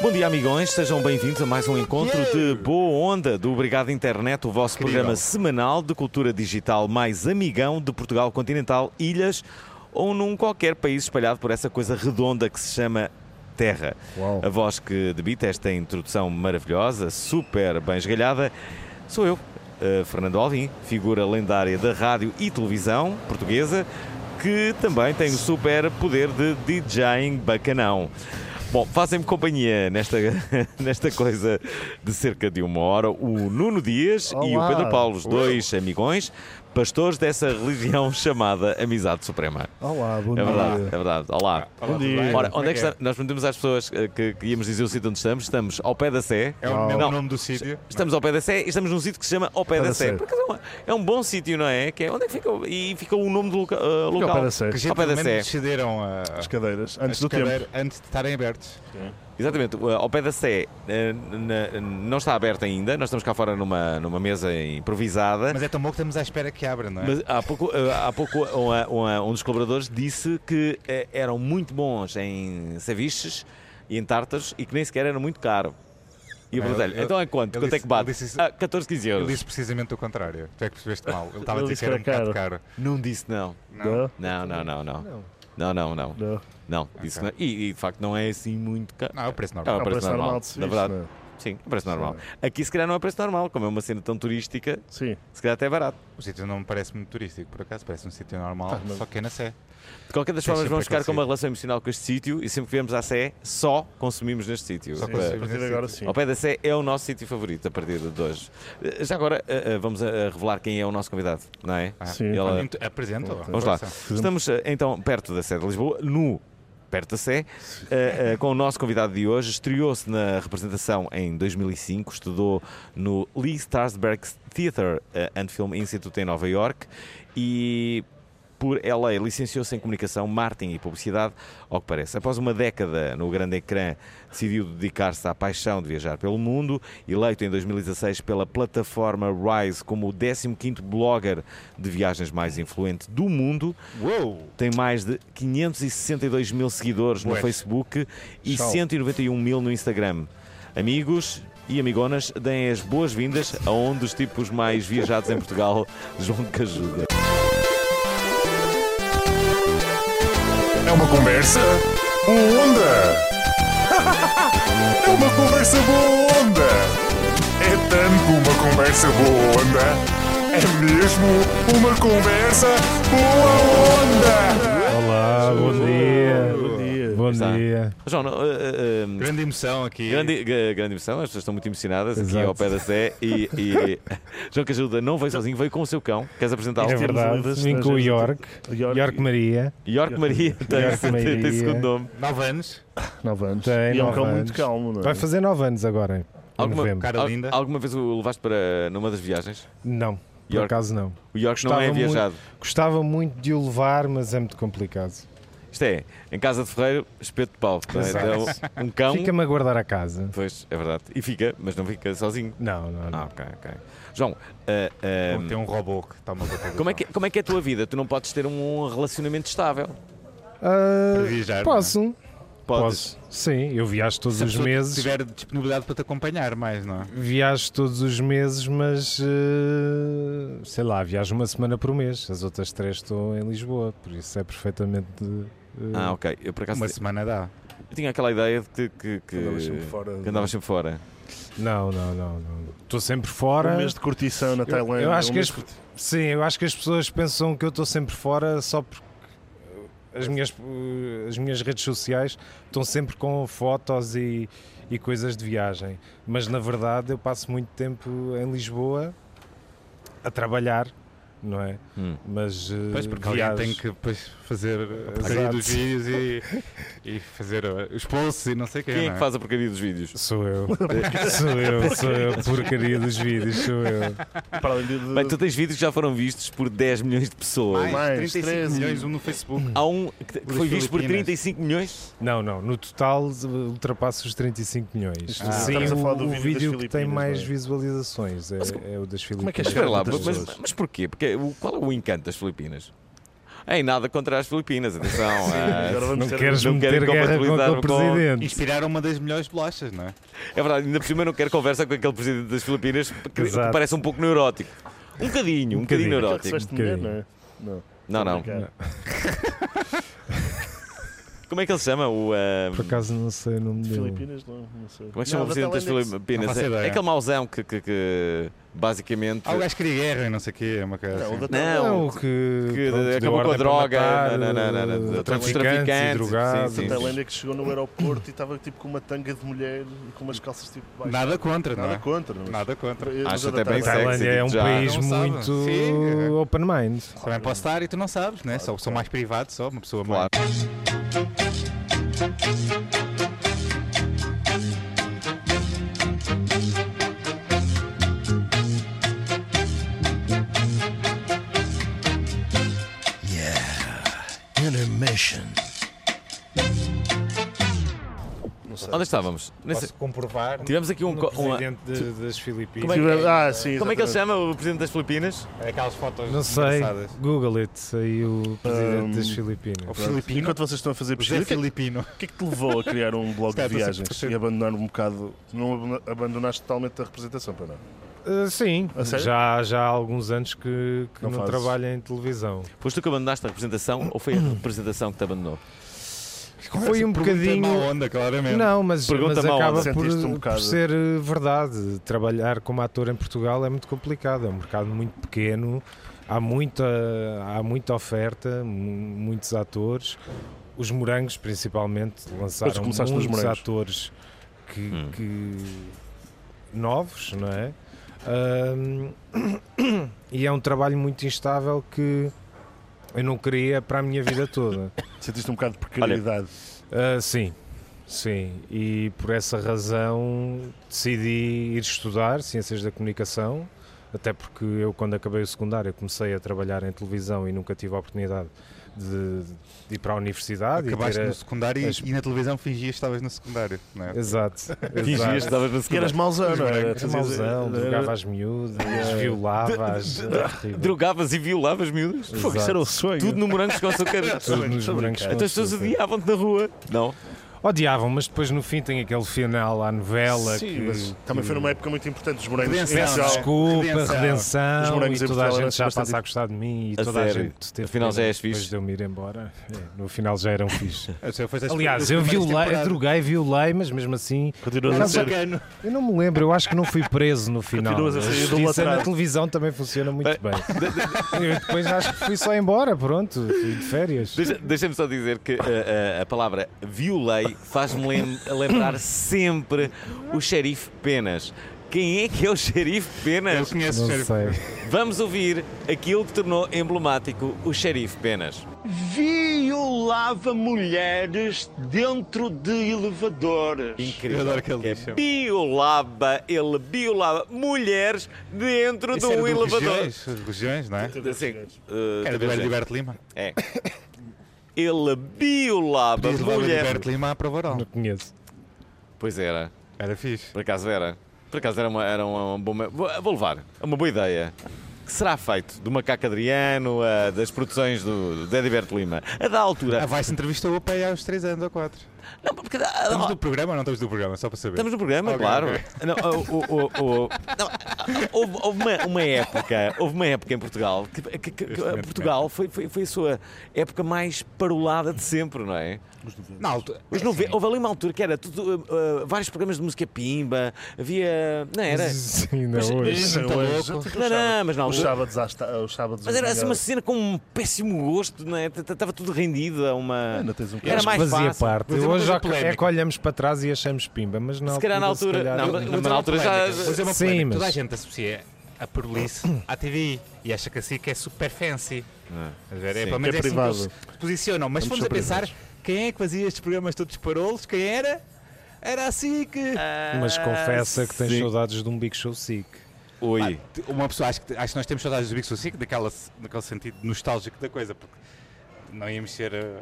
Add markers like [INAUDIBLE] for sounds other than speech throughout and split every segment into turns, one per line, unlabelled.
Bom dia, amigões. Sejam bem-vindos a mais um encontro de Boa Onda do Obrigado Internet, o vosso programa semanal de cultura digital mais amigão de Portugal continental, ilhas ou num qualquer país espalhado por essa coisa redonda que se chama Terra.
Uau.
A voz que debita esta introdução maravilhosa, super bem esgalhada, sou eu, eh, Fernando Alvim, figura lendária da rádio e televisão portuguesa, que também tem o super poder de DJing bacanão. Bom, fazem-me companhia nesta, [LAUGHS] nesta coisa de cerca de uma hora o Nuno Dias [LAUGHS] e o
Olá.
Pedro Paulo, os dois amigões, pastores dessa religião [LAUGHS] chamada Amizade Suprema.
Olá, bom
É
dia.
verdade, é verdade. Olá.
Bom dia.
Ora, onde é que está? Nós perguntamos às pessoas eh, que, que íamos dizer o sítio onde estamos. Estamos ao pé da Sé.
É o
Não.
mesmo nome do sítio.
Estamos ao pé da Sé e estamos num sítio que se chama Ao Pé
Pé
da
da
Sé.
Sé.
Por acaso é um- é um bom sítio, não é? Que é onde é que fica? o- E fica o nome do loca- eh, local.
Pé da Sé.
Que
Que
Ao pé da
gentilmente
Sé.
decidiram a,
As cadeiras, antes
as
do
cadeira-
tempo.
antes de estarem abertos.
Exatamente, o- ao pé da Sé eh, na- não está aberto ainda. Nós estamos cá fora numa, numa mesa improvisada.
Mas é tão bom que estamos à espera que abra, não é?
Mas há pouco, eh, há pouco uma- uma- um dos colaboradores disse que eh, eram muito bons em ceviches e em tartas e que nem sequer era muito caro. E eu
Não,
perguntei-lhe,
ele-
então é quanto?
ele
Quanto é
disse-
que bate?
ele disse-
ah, 14, 15
Ele
euros.
disse precisamente o contrário. Tu é que percebeste mal. Ele estava a
Ele
dizer que era um
disse que era
bocado caro.
Não disse não.
Não.
Não, não, não, não. Não, não, não.
Não.
Não, disse que não. E, e, de facto não é assim muito caro.
Não, é o preço
É
normal.
um
o
preço
preço
normal.
normal de
Na
Suíça,
verdade,
não
sim, é um preço normal. Aqui se calhar não é preço normal, como é uma cena tão turística,
Sim.
se calhar até é barato.
O sítio não me parece muito turístico, por acaso. Parece um sítio
Ah,
normal,
mas-
só que é na Sé.
De qualquer das
Tem
formas,
sempre
vamos ficar
aquele
com uma
sítio.
relação emocional com este sítio e sempre que viemos à Sé, só consumimos neste sítio. É
Só
Sim,
Para-
a partir de agora sim.
Ao pé da Sé é o nosso sítio favorito a partir de hoje. Eh, Já agora eh, eh, vamos a- a revelar quem é o nosso convidado, não é?
Ah,
Sim.
Ele-
ent- Apresenta-o.
Vamos lá.
Força.
Estamos eh, então perto da Sé de Lisboa, no perto da Sé, eh, eh, com o nosso convidado de hoje. Estreou-se na representação em 2005, estudou no Lee Strasberg Theatre eh, and Film Institute em Nova York e por LA licenciou-se em comunicação, marketing e publicidade, ao que parece. Após uma década no grande ecrã, decidiu dedicar-se à paixão de viajar pelo mundo, eleito em 2016 pela plataforma Rise como o 15º blogger de viagens mais influente do mundo.
Uou!
Tem mais de 562 mil seguidores no
Bué.
Facebook e
Tchau.
191 mil no Instagram. Amigos e amigonas, deem as boas-vindas a um dos tipos mais viajados em Portugal, [LAUGHS] João de Cajuda.
É uma conversa boa onda. [LAUGHS] É uma conversa boa onda. É tanto uma conversa boa onda. É mesmo uma conversa boa onda.
Olá, bom dia.
Bom dia.
Bom
Está.
dia.
João, não, eh, eh,
Grande emoção aqui.
Grande, gra- grande emoção, as pessoas estão muito emocionadas aqui
Exato.
ao pé da Sé e,
[LAUGHS]
e João Cajuda não veio sozinho, veio com o seu cão. Queres apresentá-lo?
É
temos
verdade.
livros,
Vim
nós
com o
temos
York.
York,
York Maria.
York Maria, tem,
York
tem- tem
Maria.
segundo nome.
Nove anos.
9 anos.
Tem
e é um
nove
cão
anos.
muito calmo, não é?
Vai fazer 9 anos agora. em
Alguma-
novembro.
Cara
Al-
linda.
alguma vez o levaste para numa das viagens?
Não, por
York.
acaso não.
O York não é
Gostava muito.
viajado.
Gostava muito de o levar, mas é muito complicado.
Isto é, em casa de Ferreiro, espeto de pau. não é?
Exato.
Então, Um cão.
Fica-me a guardar a casa.
Pois, é verdade. E fica, mas não fica sozinho.
Não, não,
Ah,
não.
ok, ok. João, ah, ah,
Tem um robô que toma conta do
como, é
som.
que, como é que é a tua vida? Tu não podes ter um relacionamento estável.
Ah,
Para viajar, é?
posso. Posso. Sim, eu viajo todos
Se a
os
pessoa
meses.
tiver disponibilidade para te acompanhar mais, não é?
Viajo todos os meses, mas eh, sei lá, viajo uma semana por mês. As outras três estou em Lisboa, por isso é perfeitamente. eh,
Ah, ok. Eu por acaso
Uma semana dá.
eu tinha aquela ideia de que, que, que,
Andavas sempre fora.
que andavas sempre fora.
Não, não, não, não. Estou sempre
Um
fora.
mês de curtição na Tailândia.
eu acho
um
que
mês
as-
de curti-
Sim, eu acho que as pessoas pensam que eu estou sempre fora só porque as minhas, eh, as minhas redes sociais estão sempre com fotos e, e coisas de viagem. Mas na verdade eu passo muito tempo em Lisboa a trabalhar, não é?
Hum.
Mas. eh,
Pois, porque alguém
viagens-
tem que depois fazer a
Exato.
saída dos vídeos e, e fazer uh, os posts e não sei o quê.
Quem é
não
que faz a porcaria dos vídeos?
Sou eu. [LAUGHS] sou eu, sou eu. Porcaria dos vídeos, sou eu.
Para além de. de-
Bem, tu tens vídeos que já foram vistos por 10 milhões de pessoas.
Mais,
Mais
35
13.
milhões, um no Facebook.
Há um que te- que
Por
foi visto por
Filipinas.
35 milhões?
Não, não. No total eh, ultrapassa os 35 milhões.
Isto- é-
Sim,
estamos a
o,
falar do
o
vídeo das
vídeo que tem
Filipinas,
mais
não é?
visualizações é, é o das Filipinas.
como é que é
Espera lá,
muitas
mas, mas, mas porquê? Porque, o- qual é o encanto das Filipinas? Em nada contra as Filipinas, atenção. ah,
Agora vamos
Não
ter- um
queres
não quero
meter guerra contra
compatibilizar
o
com-
presidente.
Inspiraram uma das melhores bolachas, não é?
é verdade, ainda por cima eu não quero conversa com aquele presidente das Filipinas que, que
Exato.
parece um pouco neurótico. Um bocadinho, um
Um
bocadinho
Já
bocadinho.
neurótico.
recebeste mulher, não é? Não.
Não, não.
Obrigado.
Como é que ele se chama? O, ah,
Por acaso não sei o nome
De
dele.
Filipinas, não, não sei.
Como é que se chama
Não,
o presidente
da
das
Tailândia.
Filipinas?
Não faço
É,
ideia.
aquele mauzão que, que- que basicamente.
Ah, o gajo queria guerra e não sei o quê. é Uma coisa
Não,
assim.
o é da
Não,
Não, o que,
que
pronto, deu
acabou com a
ordem para
droga, é, não,
matar,
não, não, não,
eh,
não, não,
traficantes,
traficantes,
e drogados.
sim,
da
sim.
Tailândia é um que chegou no aeroporto e estava tipo com uma tanga de mulher e com umas calças tipo baixas.
Nada contra, não
Nada
é?
contra, não é?
Nada contra.
Mas
Acho
a da
até bem
A
Tailândia-
sexy.
Tailândia é um
Já.
país
Não sabe.
muito
é.
Sim.
open mind.
Também posso estar e tu não sabes, né? Sou, sou mais privado, só uma pessoa
Claro.
Não sei.
Onde estávamos? Nem sei-
Posso comprovar
Tivemos aqui um.
no
co- uma-
presidente de- das Filipinas.
Como é que-
Ah, sim,
Como é que ele se
exatamente.
chama, o presidente das Filipinas?
é? Aquelas fotos
Não sei,
engraçadas.
Google it, aí o presidente
Um,
das
O
Filipinas.
filipino.
Enquanto vocês estão a fazer
José
pesquisa, o que é
filipino.
O que é que te levou a criar um blog de
Cara, estou sempre
viagens e abandonar um bocado? Não abana- abandonaste totalmente a representação, para não?
Ah, sim,
A sério?
já, já há alguns anos que, que
Não
não,
fazes.
trabalho em televisão.
Foste tu que abandonaste a representação ou foi a representação que te abandonou?
Foi um
Pergunta é
bocadinho-
má onda, claramente.
Não, mas,
Pergunta
mas
mal,
acaba
sentiste
por,
um
por
bocado?
ser eh, verdade. Trabalhar como ator em Portugal é muito complicado, é um mercado muito pequeno, há muita, há muita oferta, mu- muitos atores. Os morangos, principalmente,
Pois,
lançaram
começaste nos
muitos
Morangos.
atores que,
Hum.
que- novos, não é? Ahm, [COUGHS] e é um trabalho muito instável que eu não queria para a minha vida toda.
Sentiste um bocado de precariedade.
Ah, sim, sim. E por essa razão decidi ir estudar Ciências da Comunicação, até porque eu, quando acabei o secundário, comecei a trabalhar em televisão e nunca tive a oportunidade de, de ir para a universidade. e
Acabaste
ter a- é.
no secundário e-
as-
e, na televisão fingias que estavas no secundário, não é?
Exato.
Fingias que
exato.
estavas na
E eras
secundária.
mauzão, não era?
Era mauzão,
Era-
drogava as miúdas, violava as. horrível.
Drogavas e violavas miúdas?
Exato.
Fogo, isso era o sonho.
Tudo no morangos com açúcar.
Tudo nos
Estou a
brancos.
brincar.
Então as pessoas odiavam-te na rua. Não.
Odiavam, mas depois no fim tem aquele final à novela
Sim,
que.
mas também foi numa época muito importante. Os morangos
Redenção,
em Portugal-
não é?
Desculpa,
Redenção.
redenção,
Os morangos
e
em
toda a
Portugal
gente já
eram
passa
bastante-
a gostar de mim e
A
toda
sério.
a gente teve
Afinal,
pena
já és
depois
fixe.
de eu me ir embora. É, no final já eram fixe.
Essa foi das
Aliás,
das
eu
primeiras
violei, eu
temporadas.
droguei, violei, mas mesmo assim,
Continuas a
Mas
ser.
bacano.
eu não me lembro, eu acho que não fui preso no final.
Continuas a ser
justiça
idolatrado.
na televisão também funciona muito bem. Eu depois acho que fui só embora, pronto, fui de férias.
Deixa- Deixa-me só dizer que eh, a, a- a palavra violei faz-me lem- lembrar sempre o xerife Penas. Quem é que é o xerife
Eu
Penas?
conheço o
Não
cheiro.
sei.
Vamos ouvir aquilo que tornou emblemático o xerife Penas.
violava mulheres dentro de elevadores.
Incrível.
Eu adoro aquele
É
lixo.
biolaba, ele biolaba mulheres dentro de
Isso era
um
é do
elevador.
Regiões, as regiões, não é?
Assim, eh,
Era do
talvez é.
Heriberto Lima.
É. Ele biolaba
Podias levar o
mulheres.
Heriberto Lima à Provarol.
Não conheço.
Pois era,
Era fixe.
por acaso era. Por acaso era uma, era uma, uma boa. Vou, vou levar, é uma boa ideia. Que será feito do Macaco Adriano, a- das produções do, do Heriberto Lima, a da altura.
A Vice entrevistou Ah, o pai aos 3 anos ou 4.
Não, porque a- a-
Estamos do programa ou não estamos do programa? Só para saber.
Estamos no programa,
Ok,
claro.
ok.
Não, o- o- o- o- não, houve, houve uma, uma época, houve uma época em Portugal que, que- que- que
é
Portugal foi, foi, foi a sua época mais parolada de sempre, não é?
Na altura.
Os nove- Houve ali uma altura que era tudo, uh, uh, vários programas de música pimba, havia. Não era?
Sim, não,
Mas- então,
hoje.
Não, hoje, tipo,
Não, não, mas na
Os
altura.
sábados, às ta- os sábados.
Mas era
às
assim, uma
manhãs.
cena com um péssimo gosto, não é? Estava tudo rendido a uma.
Ainda tens um bocado.
Era mais
fazia
fácil.
parte.
Mas é uma
Hoje
coisa
já que- é que
polémica.
olhamos para trás e achamos pimba, mas não.
Se calhar na altura.
calhar-
Não,
Eu-
mas-
mas
mas
é
na
uma
altura já.
polémica. Mas é uma
Sim,
polémica.
mas-
Toda a gente associa a Perlice à TVI e acha que assim que é super fancy. Estás a ver? É,
Sim.
pelo menos
Que é
é assim que
privado.
eles se posicionam. Mas
Estamos
fomos a pensar
surpresos.
quem é que fazia estes programas todos parolos? Quem era? Era assim que.
Mas
Ah,
confessa que tens
sim.
saudades de um Big Show Sick.
Oi.
Te- Uma pessoa, acho que, acho que nós temos saudades do Big Sushi, daquela, daquele sentido nostálgico da coisa, porque não íamos ser eh,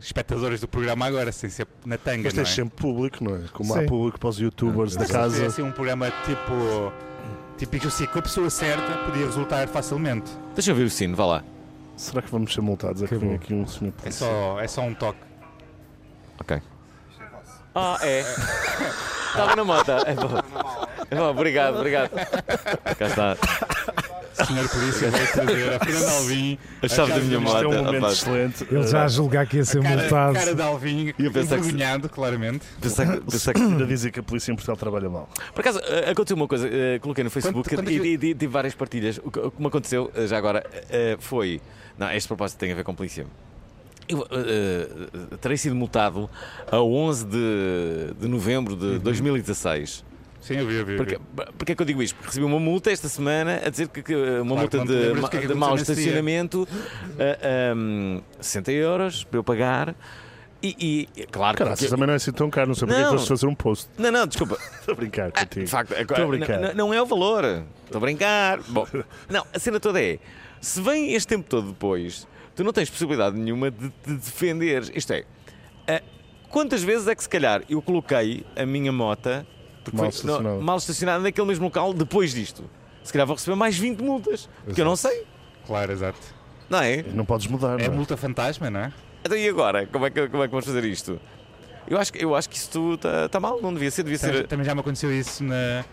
espectadores do programa agora, sem ser na tanga.
Mas
não é?
tens sempre público, não é? Como
Sim.
há público para os youtubers da
Mas se fosse,
casa.
assim, um programa tipo. Tipo Big Show Sick, com a pessoa certa podia resultar facilmente.
Deixa eu ver o sino, vá lá.
Será que vamos ser multados? É que vem aqui um senhor
É
polícia.
só, é só um toque.
Ok. Ah, é. Estava na moto. É bom. É bom, obrigado, obrigado. Cá está.
Senhor Polícia vai trazer
[LAUGHS]
a Fernanda Alvim.
A chave da minha
Isto
moto.
é um momento
rapaz.
excelente.
Ele já a julgar que ia ser
Cara,
multado.
cara de Alvim,
E eu pensar que se-
envergonhado, claramente.
Pensar que- pensar que-
Ainda dizem que a polícia em Portugal trabalha mal.
Por acaso, eh, aconteceu uma coisa, eh, coloquei no Facebook
quando é
e,
que-
e- e tive várias partilhas. O que, o que me aconteceu, eh, já agora, eh, foi. Não, este propósito tem a ver com polícia. Eu eh, eh, terei sido multado a 11 de, de novembro
Uhum.
de 2016.
Sim, eu vi, eu vi. eu vi.
Porquê, porquê é que eu digo isto? Porque recebi uma multa esta semana a dizer que, que uma multa
não te
de,
lembras
ma-
do que é que
de
aconteceu
mau
nesse dia.
estacionamento, eh, ehm, 60 euros para eu pagar. E, e claro
Caraca,
que.
também não é assim tão caro, não sei porque é que
Não.
eles fazer um post.
Não, não, desculpa.
Estou a brincar
De
contigo.
facto,
Estou a brincar.
Não, não é o valor. Estou a
[LAUGHS]
brincar. Bom, não, a cena toda é: se vem este tempo todo depois, tu não tens possibilidade nenhuma de te defenderes. Isto é, ah, quantas vezes é que se calhar eu coloquei a minha mota porque
Mal
foi-
estacionada.
não, mal estacionada naquele mesmo local depois disto? Se calhar vou receber mais 20 multas, porque eu não sei,
Claro, exato.
não é?
Não podes mudar,
É
não é?
multa fantasma, não é?
Então e agora? Como é que, como é que vamos fazer isto? Eu acho, que- eu acho que isso está mal, não devia ser, devia
Tá,
Também,
ser.
também já me aconteceu isso na,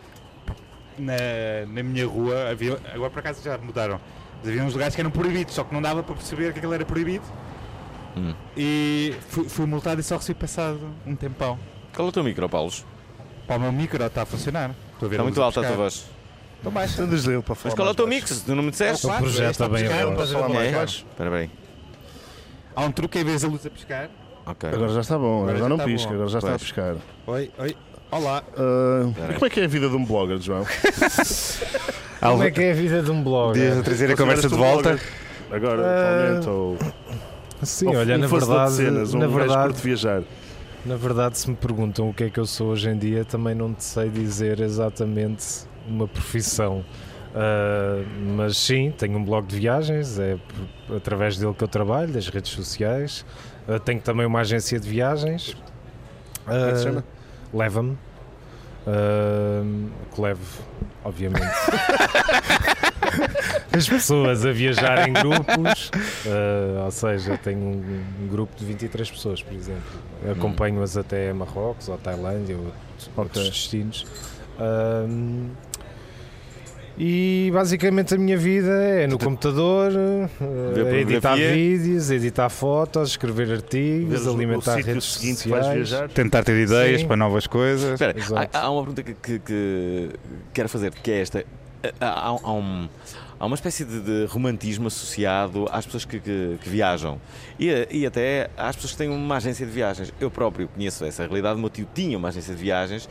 na, na minha rua. Havia, agora por acaso já mudaram. Mas havia uns lugares que eram proibidos, só que não dava para perceber que aquilo era proibido.
Hum.
E fui, fui multado e só recebi passado um tempão.
Qual é o teu micro, Paulos?
Pá, o meu micro está a funcionar. Estou a ver
Está muito alta a tua voz.
Estou baixa.
Andas dele Então para falar.
Mas qual é o
mais
teu
baixo.
mix? Tu não me disseste?
O projeto
Este está a
também
piscar,
agora.
não posso
Falar
ver
mais
a
É?
luz.
baixo.
Espera aí.
Há um truque é vez a luz a piscar.
Ok.
Agora já está bom, agora,
Agora já
não
está
pisca,
bom.
agora já está a
Pois.
piscar.
Oi, oi. Olá.
Ah, e como é que é a vida de um blogger, João?
Como é que é a vida de um blog?
Dias a trazer a conversa de volta.
um Agora,
Ah,
atualmente, ou.
Sim,
ou
olha,
um
na
fazedor
verdade,
de cenas, um
na,
gajo
verdade,
curte viajar.
na verdade, se me perguntam o que é que eu sou hoje em dia, também não te sei dizer exatamente uma profissão. Ah, mas sim, tenho um blog de viagens, é por- através dele que eu trabalho, das redes sociais. Ah, tenho também uma agência de viagens. Como
é que se chama?
Leva-me. Ah, que levo, obviamente. as pessoas a viajar em grupos, [LAUGHS] eh, ou seja, tenho um, um grupo de 23 pessoas, por exemplo. Acompanho-as até Marrocos ou Tailândia ou outros destinos. Ahm, e basicamente a minha vida é no computador, eh,
Ver
editar
pornografia.
vídeos, editar fotos, escrever artigos,
Vês o-
alimentar
o sítio
redes
seguinte que
sociais.
vais viajar.
Tentar ter
ideias para
novas coisas.
Espera,
Exato.
há, há uma pergunta que, que- que quero fazer, que é esta. Há, há- há um- há uma espécie de, de romantismo associado às pessoas que, que- que viajam e, a- e até às pessoas que têm uma agência de viagens. Eu próprio conheço essa realidade, o meu tio tinha uma agência de viagens.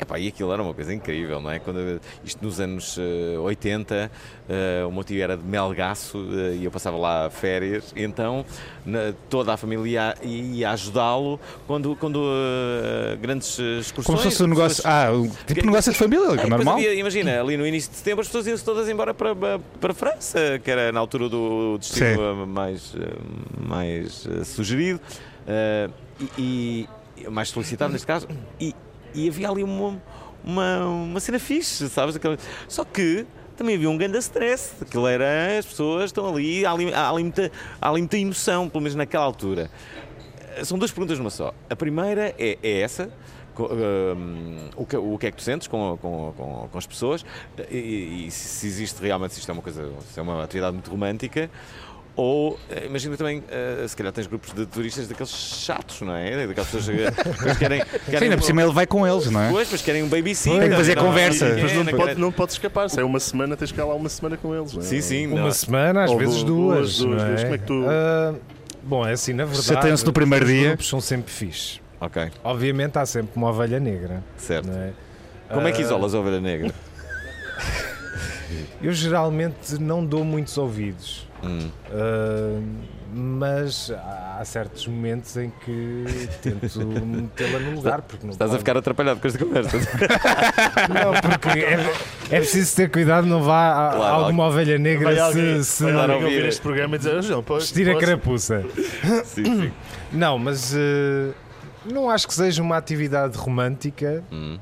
Epá, e aquilo era uma coisa incrível, não é? Quando, eu- isto nos anos eh, 80, eh, o meu tio era de Melgaço eh, e eu passava lá férias, então na- toda a família ia, ia ajudá-lo quando, quando eh, grandes eh, excursões.
Como se fosse um negócio.
pessoas-
Ah, um- tipo um negócio de
Ah,
família,
e
que é
depois
normal.
havia- imagina, ali no início de setembro as pessoas iam-se todas embora para, para a França, que era na altura do destino eh, mais, eh, mais eh, sugerido eh, e, e- mais solicitado neste caso. E, e havia ali uma, uma, uma cena fixe, sabes? Aquela- Só que também havia um grande stress, aquilo era as pessoas estão ali, há ali, há ali muita, há ali muita emoção, pelo menos naquela altura. São duas perguntas numa só. A primeira é, é essa. co- hum, o, que, o que é que tu sentes com, com, com, com as pessoas e, e se existe realmente, se isto é uma coisa, se é uma atividade muito romântica, ou eh, imagina também, eh, se calhar tens grupos de turistas daqueles chatos, não é? Daquelas pessoas que que querem.
[LAUGHS] Sim,
querem
ainda por cima ele vai com eles, não é?
Pois, mas querem um babysitter.
Tem que fazer
não,
conversa.
não sei o quê,
Mas não,
não
pode,
querem-
não podes escapar, se é uma semana, tens que ficar lá uma semana com eles. não é?
Sim, sim.
Uma
não.
semana, às
Ou
vezes
duas,
duas.
duas,
não é?
duas, como é que tu-
Ah, bom, é assim, na verdade.
Chateam-se no primeiro
os
dia.
grupos são sempre fixes.
Ok,
Obviamente há sempre uma ovelha negra.
certo.
não é?
Como é que
Ah,
isolas a ovelha negra?
Eu geralmente não dou muitos ouvidos.
Hum.
Uh, mas há há certos momentos em que tento metê-la no lugar. Porque não
Estás a
pode-
ficar atrapalhado com esta [LAUGHS] conversa.
Não, porque é, é preciso ter cuidado, não vá a-
Claro,
alguma ovelha negra
Vai alguém,
se, se
vai alguém
não
ouvir
ouvir.
este programa e dizer, "Ah, João, pois,
vestir a
posso?"
carapuça.
sim, sim.
Não, mas eh, não acho que seja uma atividade romântica.
Hum.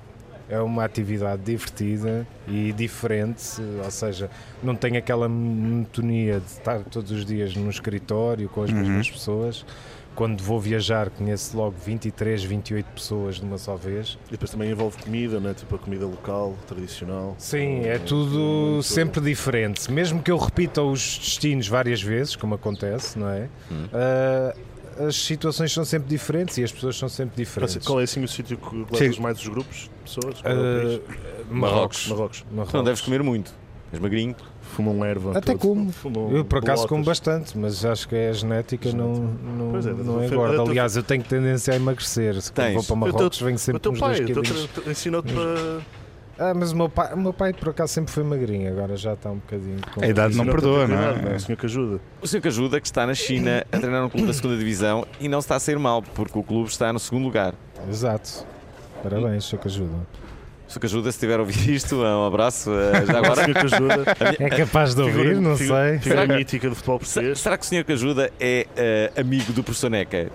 É uma atividade divertida e diferente, eh, ou seja, não tem aquela monotonia de estar todos os dias no escritório com as
Uhum.
mesmas pessoas. Quando vou viajar, conheço logo 23, 28 pessoas de uma só vez.
E depois também envolve comida, né? tipo a comida local, tradicional.
Sim, é
Muito-
tudo sempre diferente. Mesmo que eu repita os destinos várias vezes, como acontece, não é?
Hum.
Ah, as situações são sempre diferentes e as pessoas são sempre
Qual
diferentes.
é- Qual é assim o sítio que levas mais os grupos de pessoas? Qual é o país?
Ah,
Marrocos.
Marrocos.
Marrocos.
Não deves comer muito. És magrinho.
Fumam erva.
Até
todos.
como.
Fumam
Eu por
bolotas.
acaso como bastante, mas acho que é a genética, não, não,
Pois é, mas
não
eu-
engorda.
eu- eu-
Aliás, eu tenho tendência a emagrecer. Se
Tens.
vou para
Eu tô-
Marrocos, venho
O
sempre com
teu
uns dois
pai teu-
quilinhos.
teu- ensinou-te para.
Ah, mas o meu pai, o meu pai por acaso sempre foi magrinho, agora já está um bocadinho com...
A idade não
ensinou-te a
perdoa, não
cuidar,
é?
O senhor que ajuda.
O senhor que ajuda que está na China a treinar um clube da segunda divisão e não se está a sair mal, porque o clube está no segundo lugar.
Exato. Parabéns, seu que ajuda.
[LAUGHS] O senhor que ajuda, se tiver a ouvir isto, um abraço. eh, Já
O
agora.
senhor que ajuda.
É capaz de ouvir,
[LAUGHS] Figura-
não
figura-
sei.
Figura
Será que-
mítica do
[LAUGHS]
futebol
Se-
português.
Será que o senhor que ajuda é eh, amigo do professor Neca?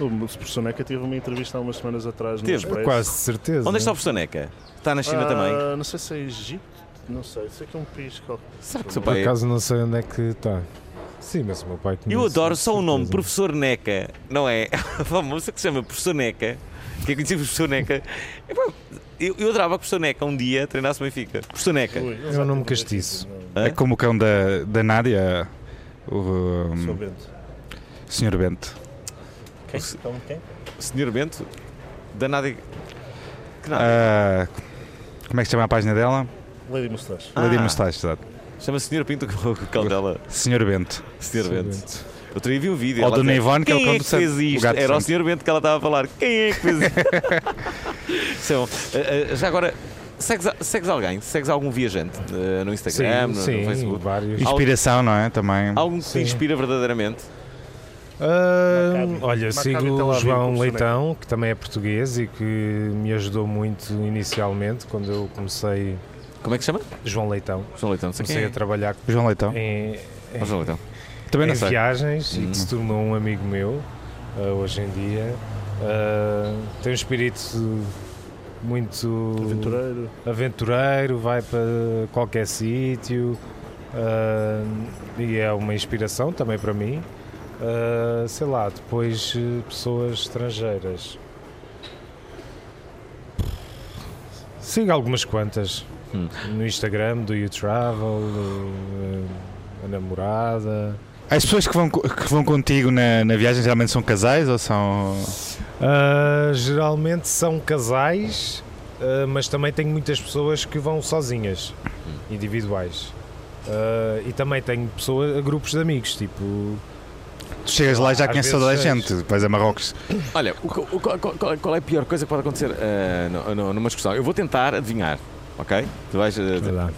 O professor Neca teve uma entrevista há umas semanas atrás no
Teve,
Expresso.
Quase de certeza.
Onde é está o professor Neca? Está na China
Ah,
também?
Não sei se é Egito, não sei, sei que é um país qualquer.
Será que o seu
Por
pai é?
acaso não sei onde é que está. Sim, mas o meu pai conhece,
Eu adoro só o nome,
certeza.
professor Neca, não é? [LAUGHS] Há uma moça que se chama professor Neca, que é conhecido por professor Neca. Epá, Eu, eu adorava que o professor Neca um dia treinasse o Benfica. Professor Neca.
Ui, tipo
É um nome castiço.
É como o cão da, da Nádia, o
Sou
hum,
Bento.
Sr. Bento.
Quem? Então, quem?
Senhor Bento, danada. Que nada.
Ah, como é que se chama a página dela?
Lady Mustache.
Ah.
Lady Mustache, exato.
Chama-se Senhor Pinto [LAUGHS] com o cão dela.
Sr. Bento.
Senhor Bento. Eu teria vi um vídeo.
Ou
ela
do
dizer,
Neivon, que é o
Quem
cão
é
do
que
Santo-
fez
o
isto?
gato do
Era o
Santo.
Senhor Bento que ela estava a falar. Quem é que fez isto? [LAUGHS] São, ah, ah, já agora, segues, a- segues alguém? Segues algum viajante ah, no Instagram, no, no
Sim, sim,
Facebook?
vários.
Inspiração, não é? Também.
Algum que te
Sim.
inspira verdadeiramente?
Ah,
Maccabi.
olha,
Maccabi
sigo
Tel
o
Aviv,
João
como
Leitão, que também é português e que me ajudou muito inicialmente quando eu comecei.
Como é que se chama?
João Leitão.
João Leitão, não sei quem
Comecei
é.
a trabalhar
João Leitão.
em,
Ah, João Leitão.
Também
em
não sei.
viagens e que se tornou um amigo meu ah, hoje em dia. Ah, tem um espírito muito
Aventureiro.
aventureiro, vai para qualquer sítio ah, e é uma inspiração também para mim. Ah, sei lá, depois eh, pessoas estrangeiras. Sigo algumas quantas
Hum.
no Instagram, do You Travel, do, eh, a namorada.
As pessoas que vão, co- que vão contigo na, na viagem geralmente são casais ou são.
Ah, geralmente são casais, ah, mas também tenho muitas pessoas que vão sozinhas, individuais. Ah, e também tenho pessoas, grupos de amigos, tipo.
Tu chegas lá e já
Às
conheces toda a
vezes
gente,
seis.
vais a Marrocos.
Olha, o que- o- qual, qual- qual é a pior coisa que pode acontecer ah, no- no- numa discussão? Eu vou tentar adivinhar, ok? Tu vais. ah,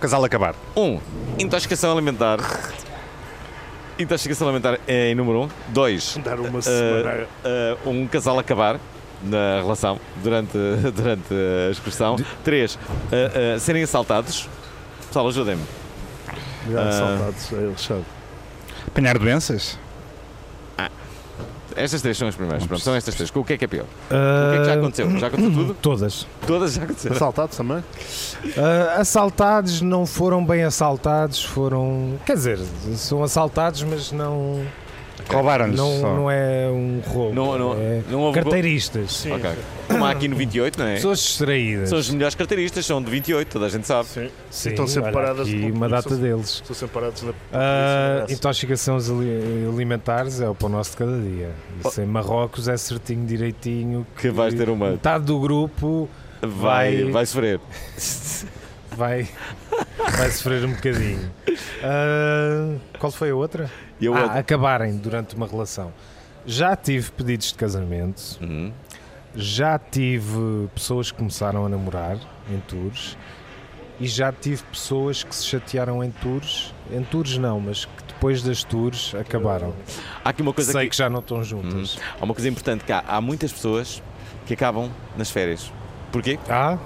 Casal acabar.
1. Intoxicação alimentar. Intoxicação alimentar é em número 1. Um. 2.
Dar
Ah,
uma semana.
um casal acabar na relação durante, [LAUGHS] durante a excursão. 3. eh, serem assaltados. Pessoal, ajudem-me.
Já
ah.
saudades, é Alexandre.
Apanhar doenças?
Estas três são as primeiras. Pronto, são estas três. O que é que é pior? O que é que já aconteceu? Já
Eh,
aconteceu tudo?
Ah, Todas.
Todas já
[LAUGHS]
aconteceram.
Assaltados também?
Ah, assaltados não foram bem assaltados, foram. Quer dizer, são assaltados, mas não.
Roubaram-nos.
Não,
só.
não é um roubo.
Não, não,
é
não houve.
carteiristas.
Sim.
Ok. Como há aqui no 28, não é?
Pessoas distraídas.
São os melhores carteiristas, são de 28, toda a gente sabe.
Sim.
Sim,
Estão sempre
olha
paradas
aqui
de-
uma data
são-
deles.
Estão sempre parados na.
é
Ah,
Isso merece.
então-
intoxicações ali- alimentares é o pão nosso de cada dia. Isso em Marrocos é certinho, direitinho.
Oh. Que vais ter uma.
Metade do
[LAUGHS]
grupo
Vai,
Vai-
vai sofrer.
vai, vai sofrer um bocadinho. Ah, qual foi a outra?
E eu
Ah, acabarem durante uma relação. Já tive pedidos de casamento
Uhum.
Já tive pessoas que começaram a namorar em tours e já tive pessoas que se chatearam em tours, em tours não, mas que depois das tours acabaram.
Há aqui uma coisa
Sei
que- Hum.
que já não estão juntas.
Há uma coisa importante que há, há muitas pessoas que acabam nas férias. Porquê?
Ah,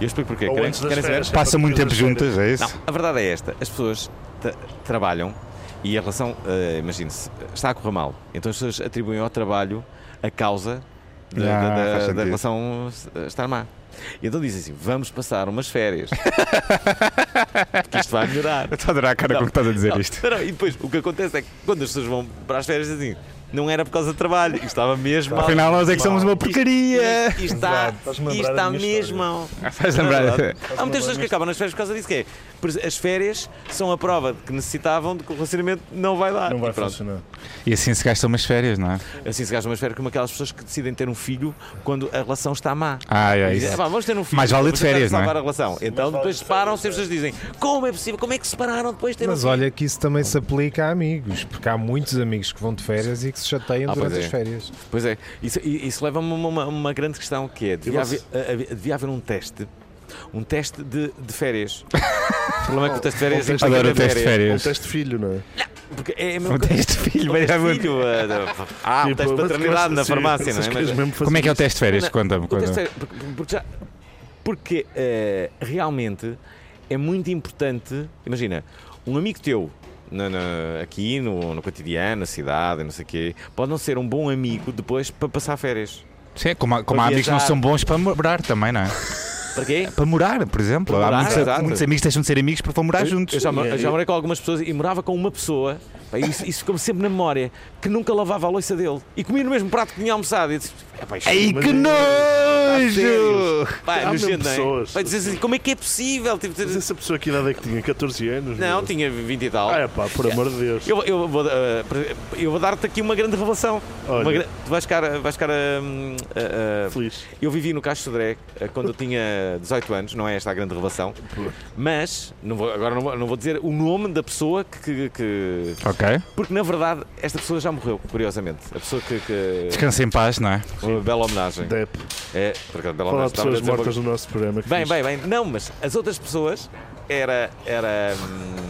Eu explico porquê.
Ou
Querem,
antes das
querem saber?
é.
férias.
Passa muito tempo juntas, é isso?
Não, a verdade é esta: as pessoas tra- trabalham e a relação, eh, imagine-se, está a correr mal. Então as pessoas atribuem ao trabalho a causa da,
Ah,
da- da-
faz sentido.
da relação eh, estar má. E então dizem assim: vamos passar umas
[LAUGHS]
férias. Porque isto vai melhorar.
Eu estou a adorar a cara
Não,
como estás a dizer
não,
isto.
não, não. E depois o que acontece é que quando as pessoas vão para as férias dizem assim, não era por causa do trabalho, isto estava mesmo mal.
Afinal, nós é que somos uma porcaria.
Né? Isto, isto está,
Estás-me a
isto
lembrar da
está
minha
mesmo
história.
mal.
Faz
É
lembrar.
verdade. Há muitas pessoas
lembrar-me
que acabam nas férias por causa disso, que é por exemplo, as férias são a prova de que necessitavam de que o relacionamento não vai dar.
Não vai
E pronto.
funcionar.
E assim se gastam umas férias, não é?
Assim se gasta uma férias como aquelas pessoas que decidem ter um filho quando a relação está má.
Ah, é
E dizem, "Ah,
isso.
pá, vamos ter um filho.
Mais vale de
vamos tentar
férias, não é?
salvar a relação. Então depois separam-se e as pessoas dizem: Como é possível? Como é que se separaram depois de ter um
mas
filho?
olha que isso também se aplica a amigos, porque há muitos amigos que vão de férias e que se chateiam
Ah, pois
durante
é.
as férias.
Pois é, isso, i- isso leva-me a uma, uma- uma grande questão que é: devia haver, a- a- devia haver um teste, um teste de, de
[LAUGHS]
férias. O problema é que o teste de férias é
Adoro o teste de
Um
férias.
teste de filho, não é?
Porque é a mesma
Um
coisa.
teste de filho,
Um teste
mas é
de
muito.
filho, ah, ah, um
Tipo,
teste de
mas
paternidade
começa
na
assim,
farmácia, não
essas
é?
coisas
Mas-
mesmo
Como é que é o teste de férias?
Não,
Conta-me.
o teste de
Conta
férias, é porque- porque já- Porque eh, realmente é muito importante. Imagina, um amigo teu. na- na- aqui no, no cotidiano, na cidade, não sei o quê, pode não ser um bom amigo depois para passar férias.
Sim, é como, há- como há
Para
amigos que não
é viajar.
são bons para morar também, não é?
Para quê?
Para morar, por exemplo.
Para morar,
há muitos,
exato.
muitos amigos que deixam de ser amigos para vão morar juntos. é,
Eu já, mo- eu já morei com algumas pessoas e morava com uma pessoa, pá, isso, isso ficou-me sempre na memória, que nunca lavava a louça dele e comia no mesmo prato que tinha almoçado. E disse, "Epá, isto
Ei,
Mas
que
é-
nojo!
sérios. Pá,
Há mesmo
nojento, não é?
pessoas.
Pá, dizer assim, como é que é possível? Tipo,
Mas essa pessoa que idade é que tinha? 14 anos?
não, tinha 20 e tal.
Ah, é pá, por amor de Deus.
Eu, eu vou, eh, eu vou dar-te aqui uma grande revelação.
Olha.
Uma gra- Tu vais ficar. eh, Vais ficar hum, eh, eh,
Feliz.
eu vivi no Caixo Sodré eh, quando eu tinha 18 anos, não é esta a grande revelação. Mas, não vou- agora não vou, não vou dizer o nome da pessoa que, que- que-
Ok.
Porque na verdade esta pessoa já morreu, curiosamente. A pessoa que. que-
Descansa em paz, não é?
uma bela homenagem.
Dep.
É, por acaso, bela
Falar
homenagem. Estava a
de pessoas
dizer uma-
mortas no nosso programa. que
Bem,
fixe.
bem, bem. Não, mas as outras pessoas era. era hum,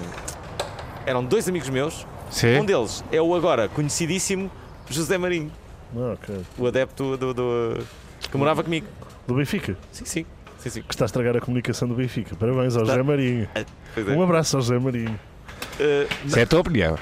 eram dois amigos meus
Sim.
um deles é o agora conhecidíssimo José Marinho,
Ah, ok.
o adepto do, do- que morava comigo.
Do Benfica, que
Sim, sim. sim, sim.
está a estragar a comunicação do Benfica. Parabéns ao
Está-
José Marinho.
Pois é.
Um abraço ao José Marinho.
Eh,
Isso é a tua opinião.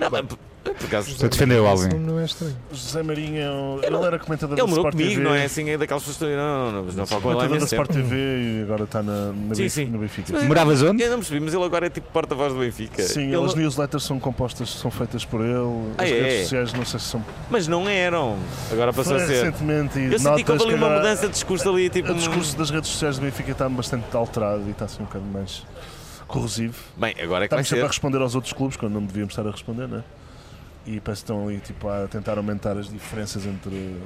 não, mas por por acaso.
Tu defendeu
Esse
alguém.
nome não é estranho.
José Marinho é um... Ele era comentador
Ele
da
morou
Sport
comigo,
TV.
não é assim? É daquelas pessoas que não, não, não, mas não falo com ele é há
Comentador da
imenso tempo.
Sport TV e agora está na, na
Sim,
Benfica-
sim.
no Benfica.
Mas-
Moravas onde?
Eu não percebi, mas ele agora é tipo porta-voz do Benfica.
Sim,
Ele
as
não-
newsletters são compostas, são feitas por ele.
Ah,
As
é?
redes sociais não sei se são.
Mas não eram. Agora passou
Foi
a ser.
recentemente e
Eu senti que
notas
houve ali uma
agora
mudança de discurso ali, tipo.
O discurso das redes sociais do Benfica está bastante alterado e está assim um bocado mais corrosivo.
hum, Bem, agora é que vai
Estamos sempre a
ser.
responder aos outros clubes quando não devíamos estar a responder, não é? E parece que estão ali tipo, a tentar aumentar as diferenças entre.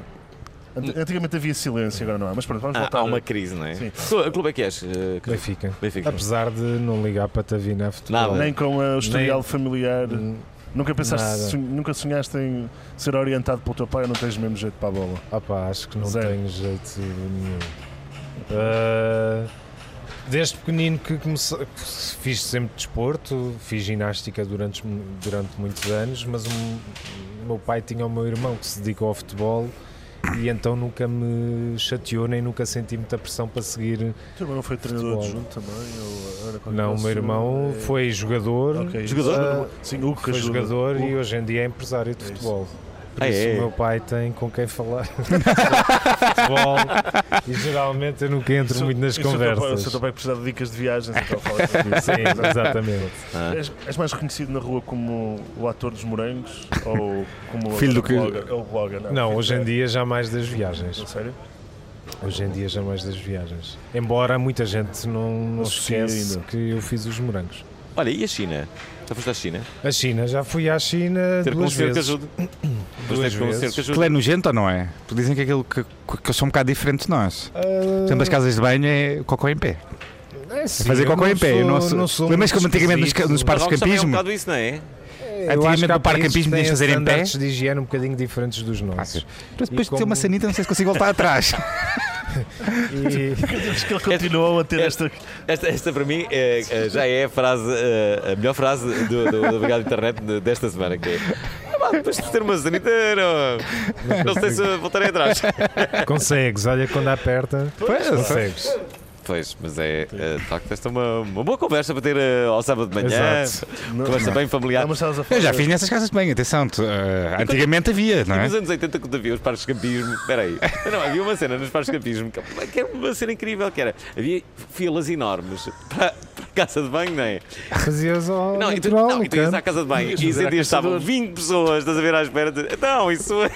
Ant- Antigamente havia silêncio, agora não há. Mas pronto, vamos
Hum. Ah,
voltar.
há uma crise, não é?
Sim.
Tu, Que clube é que és? eh, que-
Benfica.
Benfica.
Apesar de não ligar para Tavina futebol.
Nada.
Nem com eh, o historial
Nem-
familiar.
Hum,
Nunca pensaste,
nada.
sonho- nunca sonhaste em ser orientado pelo teu pai ou não tens o mesmo jeito para a bola?
Opa, Ah acho que não
Zero.
tenho jeito nenhum. Ah, desde pequenino que comece- que fiz sempre desporto, fiz ginástica durante, durante muitos anos, mas um- o meu pai tinha o meu irmão que se dedicou ao futebol e então nunca me chateou nem nunca senti muita pressão para seguir.
O teu irmão foi treinador
Futebol.
adjunto também? Ou era qualquer
Não, o
coisa assim?
meu irmão
É-
foi jogador,
Ok,
Jogador?
Ah, Sim, o que
foi
ajuda.
jogador
O-
e hoje em dia é empresário de
É isso.
futebol. Por
Ah,
isso
é?
o meu pai tem com quem falar [LAUGHS] de futebol e geralmente eu nunca entro
Isso-
muito nas
isso o teu pai-
conversas.
Se o teu pai precisar de dicas de viagens, então
[LAUGHS]
fala comigo.
Sim,
[LAUGHS]
exatamente.
És, és mais reconhecido na rua como o ator dos morangos ou como
Filho do
o
que-
blogger? É o blogger, não,
Não,
Filho
hoje em
da-
dia já mais das viagens.
A Sério?
Hoje em dia já mais das viagens. Embora muita gente não, não se
Associa
esquece
ainda.
que eu fiz os morangos.
Olha, e a China? Já foste à China?
A China, já fui à China
Ter com um
duas
senhor que
vezes.
ajude. Foste
Duas
ter com um senhor
vezes.
que ajude.
Aquilo é nojento ou não é? Porque dizem que aquilo que, que eles são um bocado diferentes de nós. Por exemplo, as
Ah,
casas de banho é cocó em pé.
é sim,
Fazer
eu
cocó
não
em pé.
sou-
Não sou-
não sou
Lembras
muito
como antigamente nos ca-
esquisito.
nos parques-
Marrocos também é um
Parcampismo.
bocado isso, não é?
Eu acho que
Antigamente
há
no parque
países
campismo
que têm
podias fazer em pé. Ah,
standards de higiene um bocadinho diferentes dos nossos.
Mas depois de
E
ter uma
como-
sanita, não sei se consigo voltar atrás.
E-
Diz que ele continuou a ter
É-
esta.
Esta, esta para mim é- é- já é a, frase, eh, a melhor frase do, do, do Obrigado Internet de- desta semana. Que é, "Ah, pá, depois de ter uma sanita, não, não sei se voltarei atrás.
Consegues, olha quando aperta. consegues.
Pois, mas é, eh, de facto, esta é uma, uma boa conversa para ter eh, ao sábado de manhã.
Exato.
Não, é
Conversa bem familiar.
não, mas estavas a falar.
[LAUGHS] Eu já fiz nessas casas de banho, atenção. tu, eh, antigamente havia, não
E
é?
nos anos 80, quando havia os parques de campismo, peraí, não, havia uma cena nos parques de campismo que é que era uma cena incrível, que era, havia filas enormes para, para a casa de banho, não é?
Fazias ao
Não, e tu,
natural,
não,
no
e tu ias
canto.
à casa de banho e
fazer à
sentias estavam 20 pessoas, estás a ver à espera, de, não, isso é...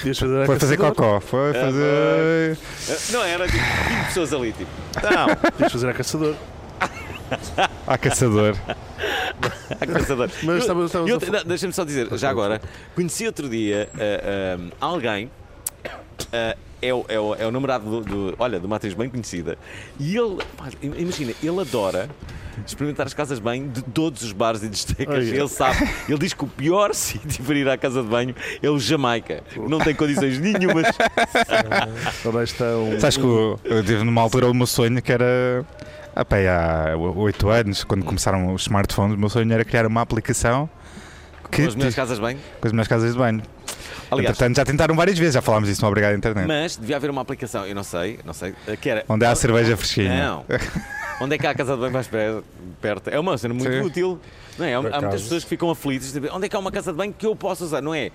Podias fazer a
[LAUGHS] Foi fazer
caçadora.
cocó, foi fazer.
Não, era tipo 20 pessoas ali, tipo, não,
Podias fazer a caçador.
Ah, caçador.
a caçador.
[LAUGHS] Mas estávamos- estávamos
E
a
outra- não, Deixa-me só dizer, já agora, conheci outro dia ah, ah, alguém, ah, é, o, é, o, é o namorado do, do- olha, de uma atriz bem conhecida, e ele, pá, im- imagina, ele adora experimentar as casas de banho de todos os bares e discotecas.
Olha.
Ele sabe, ele diz que o pior [LAUGHS] sítio para ir à casa de banho é o Jamaica, que não tem condições
[LAUGHS]
nenhumas.
Também está um.
Sabes que eu, eu tive numa altura o meu sonho que era. Ah, pá, há 8 anos, quando começaram os smartphones, o meu sonho era criar uma aplicação que
Com as minhas casas de banho.
com as minhas casas de banho.
Aliás,
Entretanto, já tentaram várias vezes, já falámos disso no Obrigado à Internet.
mas devia haver uma aplicação, eu não sei, não sei, eh, que era.
Onde há a cerveja fresquinha.
Não. Onde é que há a casa de banho mais pe- perto? É uma cena muito
Sim.
útil. Não é? Há, há muitas
acaso.
pessoas que ficam aflitas. tipo, Onde é que há uma casa de banho que eu possa usar? Não é?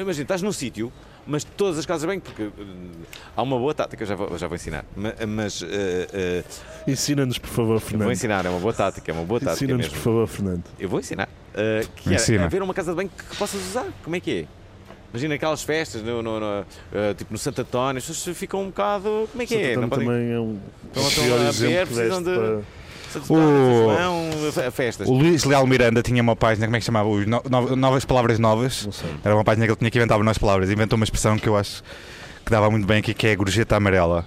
Imagina, estás num sítio, mas todas as casas de banho, porque hum, há uma boa tática, eu já vou, já vou ensinar. Ma- Mas eh, eh,
Ensina-nos, por favor,
eu vou
Fernando.
ensinar, é uma boa tática, é uma boa tática
Ensina-nos,
mesmo.
por favor, Fernando.
Eu vou ensinar. Uh, que era
Ensina.
haver uma casa de banho que possas usar. Como é que é? Imagina aquelas festas, no, no- no, uh, tipo no Santo António, as pessoas ficam um bocado. Como é que é?
Santo Antão
podem-
também é um.
Então,
um
estão
pior
a ver,
exemplo que
precisam
deste
de-
para.
Santo António,
O-
São João, fe- festas.
O Luís Leal Miranda tinha uma página, como é que se chamava? Os no- no- novas Palavras Novas.
Não sei.
Era uma página que ele tinha que inventar novas palavras. Inventou uma expressão que eu acho que dava muito bem aqui, que é a gorjeta amarela.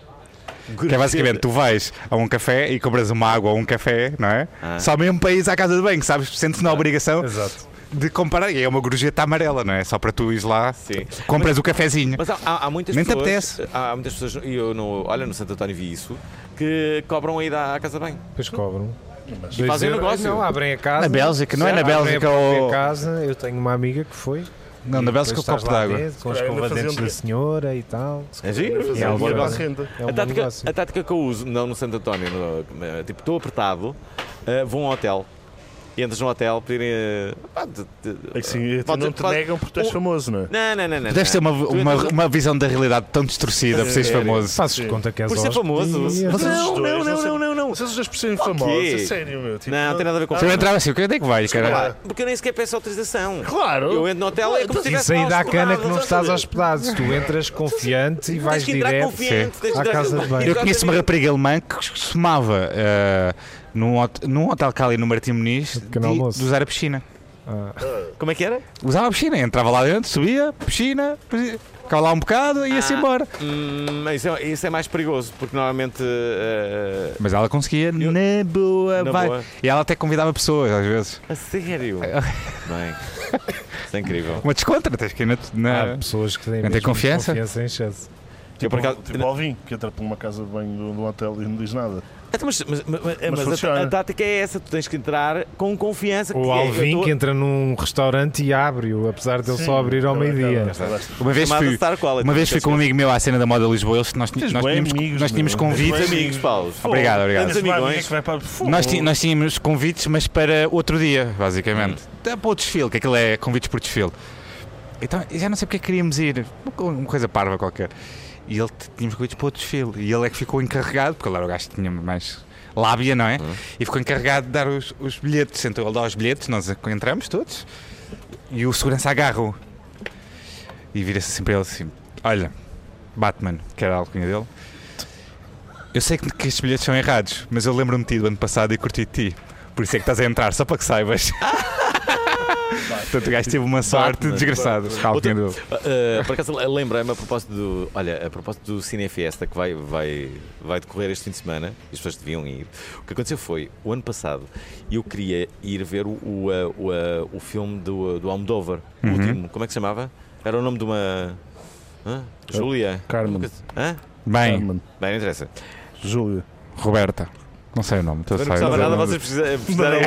Que é basicamente, tu vais a um café e compras uma água ou um café, não é?
Ah.
Só mesmo para ires à casa de banho, que sabes, sentes na obrigação
Exato.
de comprar. E é uma gorjeta amarela, não é? Só para tu ires lá,
Sim.
compras o cafezinho.
Mas há, há- há muitas
Nem te
pessoas. Há, há muitas pessoas, e eu no, olha, no Santo António vi isso, que cobram a ida à casa de banho.
Depois cobram. Dois
fazem um
euros.
negócio.
Não, abrem a casa.
Na Bélgica, não é na
Abrem a
Bélgica,
própria
ou-
casa. Eu tenho uma amiga que foi.
não, na
E
Bélgica o
depois estás
copo
lá
d'água.
dentro Com a
Ainda
escova de
faziam
dentes
o
da
quê?
senhor e tal.
É giro?
fazer
É um bom
um dinheiro para a
negócio.
renda.
É um
A
bom
tática,
negócio.
a tática que eu uso, não no Santo António, no- eh, tipo, estou apertado, eh, vou a um hotel. E entras num hotel pedirem. eh, pá, de- de-
É que sim,
Ah. Pode-
não te
pode-
negam porque tu és
um-
famoso, não é?
Não, não, não, não.
Deve ter uma,
Tu
uma,
entras-
uma visão da realidade tão distorcida por seres
Sério?
famoso.
Fazes de conta que és
Por ser
hóspede
famoso.
e-
Vocês- Não,
os
não, não,
sei-
não, não, não.
Vocês os dois por serem famosos, é sério, meu. tipo,
Não, tem nada a ver com
Se eu entrava assim, o que é que vais, cara?
Ah, Porque eu nem sequer peço autorização.
Claro.
Eu entro no hotel e é como se
Isso
estivesse
aí dá
hospedado,
cana que não estás
sabes?
hospedado. Se tu entras confiante e vais
Tens que entrar
direto.
confiante. tens que
à
entrar-
casa de banho.
Eu conheço uma
Exatamente.
rapariga alemã que costumava, eh, num, hot- num hotel cá ali no Martim Muniz, de,
pequeno almoço.
de usar a piscina.
Como é que era?
Usava a piscina, entrava lá dentro, subia, piscina, piscina, ficava lá um bocado e ia-se
Ah.
embora.
Hum, mas isso, é, isso é mais perigoso, porque normalmente. eh,
Mas ela conseguia na boa,
Na
vai.
boa.
E ela até convidava pessoas às vezes.
eh, a sério? Bem, isso é incrível.
Uma descontra, tens que ir na. na-
Ah.
Há pessoas que têm
Não tem
mesmo
confiança?
confiança em excesso.
Eu, por
Tipo,
um
acaso-
tipo Alvin, que entra por uma casa de banho de um de um hotel e não diz nada.
Então, Mas, mas, mas- mas
funciona.
a, a tática é essa: tu tens que entrar com confiança. que
O
é, eu
Alvin
tô-
que entra num restaurante e abre-o, apesar de ele só abrir ao
Também,
meio-dia.
também, também.
Uma vez
chamada
fui,
Star Quality,
uma vez fui
que é
com um amigo meu à cena da moda Lisboa, eles- nós, nós,
Tens bué
tínhamos,
amigos,
nós tínhamos
meu.
convite.
Tens amigos, Paulo.
Obrigado, obrigado.
Grandes
Tens uma
amigões.
amiga é que vai para- Fogo.
Nós, ti- nós tínhamos convites, mas para outro dia, basicamente. Até Para o desfile, que aquilo é convites por desfile. Então, eu já não sei porque é que queríamos ir. Uma co- Uma coisa parva qualquer. E ele t- tínhamos convites para o desfile. E ele é que ficou encarregado, porque ele era o gajo que tinha mais lábia, não é? E ficou encarregado de dar os, os bilhetes. Então ele dá os bilhetes, nós entramos todos. E o segurança agarra-o. E vira-se assim para ele assim: Olha, Batman, que era a alcunha dele. Eu sei que, que estes bilhetes são errados,
[LAUGHS]
mas eu lembro-me de ti do ano passado e curti de ti. Por isso é que estás a entrar, só para que saibas. Portanto, o gajo teve uma sorte desgraçada. Calma,
Outra-
tinha dúvida.
Ah, por acaso lembrei-me a propósito do. Olha, a propósito do Cine Fiesta que vai, vai, vai decorrer este fim de semana, e as pessoas deviam ir. O que aconteceu foi, o ano passado, eu queria ir ver o, o, ah, o, ah, o filme do, ah, do Almodóvar, o último, como é que se chamava? Era o nome de uma. hã? Júlia?
Carmen.
Hã?
Bem,
Carmen.
Bem, não interessa.
Júlia.
Roberta. Não sei o é nome. estou a
Eu não
sair.
gostava nada,
Não-
vocês precisa- precisarem.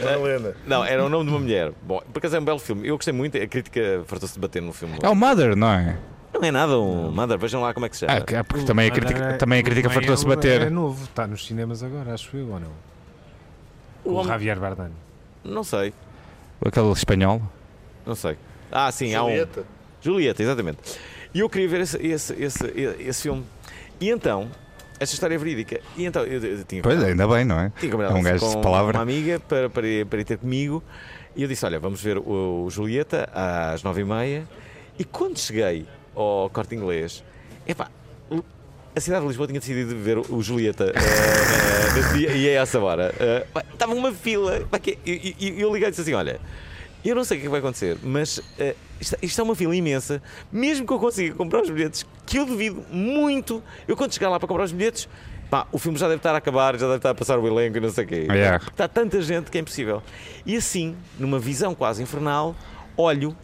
Ah,
Helena.
Não, era o nome de uma mulher. Bom, por acaso é um belo filme. Eu gostei muito, a crítica fartou-se de bater no filme.
É o Mother, não é?
Não é nada um Mother, vejam lá como é que se chama.
Ah, que- ah, porque também a
Mas
crítica,
era-
também a crítica
mas
fartou-se
é um- É
bater.
novo, está nos cinemas agora, acho eu, ou não?
O
O
homem-
Javier Bardem.
Não sei,
Aquele espanhol.
não sei. Ah, sim, há um.
Julieta.
Julieta, exatamente. E eu queria ver esse, esse, esse, esse filme. E então, esta história é verídica. E então, eu, eu tinha
Pois, ainda bem, não é?
Tinha combinado
É um gajo
com
de palavra.
uma amiga para, para, ir- para ir ter comigo e eu disse: Olha, vamos ver o, o Julieta às nove e meia. E quando cheguei ao corte inglês, epá, l- a cidade de Lisboa tinha decidido ver o- o Julieta eh, eh, nesse dia e é essa hora. Eh, pá, Estava uma fila. pá, que- E e- e eu liguei e disse assim: Olha, eu não sei o que é que vai acontecer, mas eh, isto, isto é uma fila imensa. Mesmo que eu consiga comprar os bilhetes, que eu duvido muito, eu quando chegar lá para comprar os bilhetes, pá, o filme já deve estar a acabar, já deve estar a passar o elenco e não sei o quê.
Yeah.
Porque Está tanta gente que é impossível. E assim, numa visão quase infernal, olho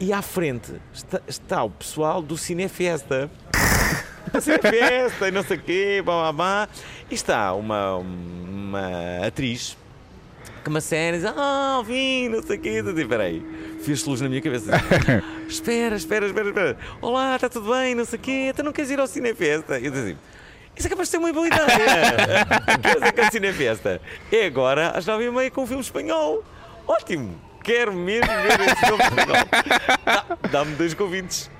e à frente está, está o pessoal do Cinefesta. [LAUGHS] Cinefesta e não sei o quê, blá, blá, blá. E está uma, uma atriz que uma série diz, ah, vim, não sei o quê. Eu digo, peraí, fiz luz na minha cabeça. espera, espera, espera, espera. Olá, está tudo bem, não sei o quê. Então não queres ir ao Cinefesta? Eu dizia, isso é capaz de ser uma habilidade. [LAUGHS] Quer dizer que a Cinefesta é agora às nove e meia com um filme espanhol. Ótimo, quero mesmo ver esse filme espanhol. Dá- Dá-me dois convites.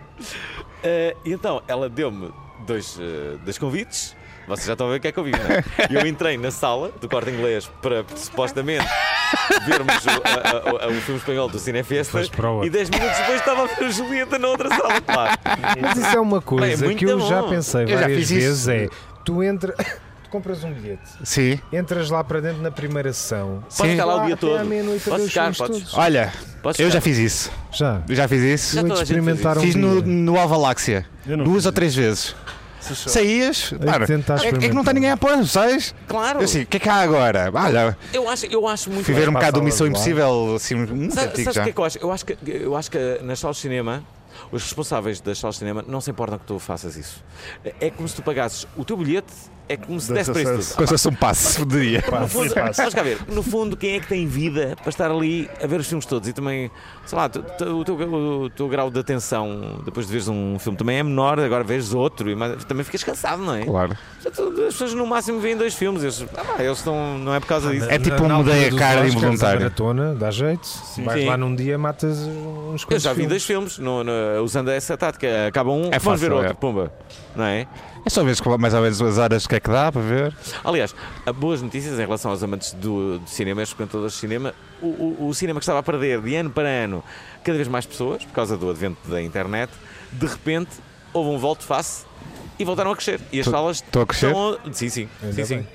Eh, e então, ela deu-me dois, eh, dois convites. Vocês já estão a ver o que é que eu vi, não é? Eu entrei na sala do corte inglês para supostamente vermos o, a- a- a- o filme espanhol do Cinefesta
Foste para o
e 10 minutos depois estava a ver a Julieta na outra sala, claro.
Mas isso é uma coisa
muito
que eu
bom.
já pensei
Eu já
várias
fiz isso.
vezes: é tu entras, [COUGHS] tu compras um bilhete,
Sim.
entras lá para dentro na primeira sessão.
Podes
Sim.
ficar lá o dia
até à
todo.
meia-noite a ver
Podes
os
ficar,
filmes
podes.
todos.
Olha,
Podes
eu já
ficar.
fiz isso.
Já.
Eu Já fiz isso.
Já
Eu
toda a gente
experimentar um
Fiz no,
dia.
no Avaláxia.
Eu não
Duas
fiz.
ou três vezes. Saías. Claro,
tentar
é, é que não
experimentar.
está ninguém a pôr, sabes?
Claro,
Eu assim, o que é que há agora? Olha,
eu acho, eu acho muito
fui ver um
bem.
bocado do
sala
Missão
do ar.
Impossível, assim, muito
Sabe-
antigo
Sabes o
já.
que é que eu acho? Eu acho que, eu acho que nas salas de cinema, os responsáveis das salas de cinema não se importam que tu faças isso. É como se tu pagasses o teu bilhete, é como se desse para isso tudo.
Como se fosse um passo de dia.
No
Passo,
fundo,
passo.
vamos cá ver, no fundo, quem é que tem vida para estar ali a ver os filmes todos? E também, sei lá, tu- tu- o, teu, o teu grau de atenção depois de veres um filme também é menor, agora vês outro, e mais- também ficas cansado, não é?
Claro.
Portanto, As pessoas no máximo veem dois filmes, eles, ah, pá, eles estão, não é por causa disso.
É tipo um mudei a cara
A
involuntária.
maratona, dá jeito. Vais
Sim.
lá num dia, matas uns
Eu
quantos
já vi dois
filmes.
filmes no- no- usando essa tática. Acaba um,
É
vamos
fácil,
ver outro,
é.
pumba. Não é?
É só ver mais ou menos as horas que é que dá para ver.
Aliás, há boas notícias em relação aos amantes do, do cinema, aos frequentadores de cinema. O, o- o cinema que estava a perder de ano para ano cada vez mais pessoas, por causa do advento da internet, de repente houve um volte-face e voltaram a crescer. E as
Tu-
salas
Estou a crescer.
estão. a- Sim, sim.
Ainda
sim, sim.
bem.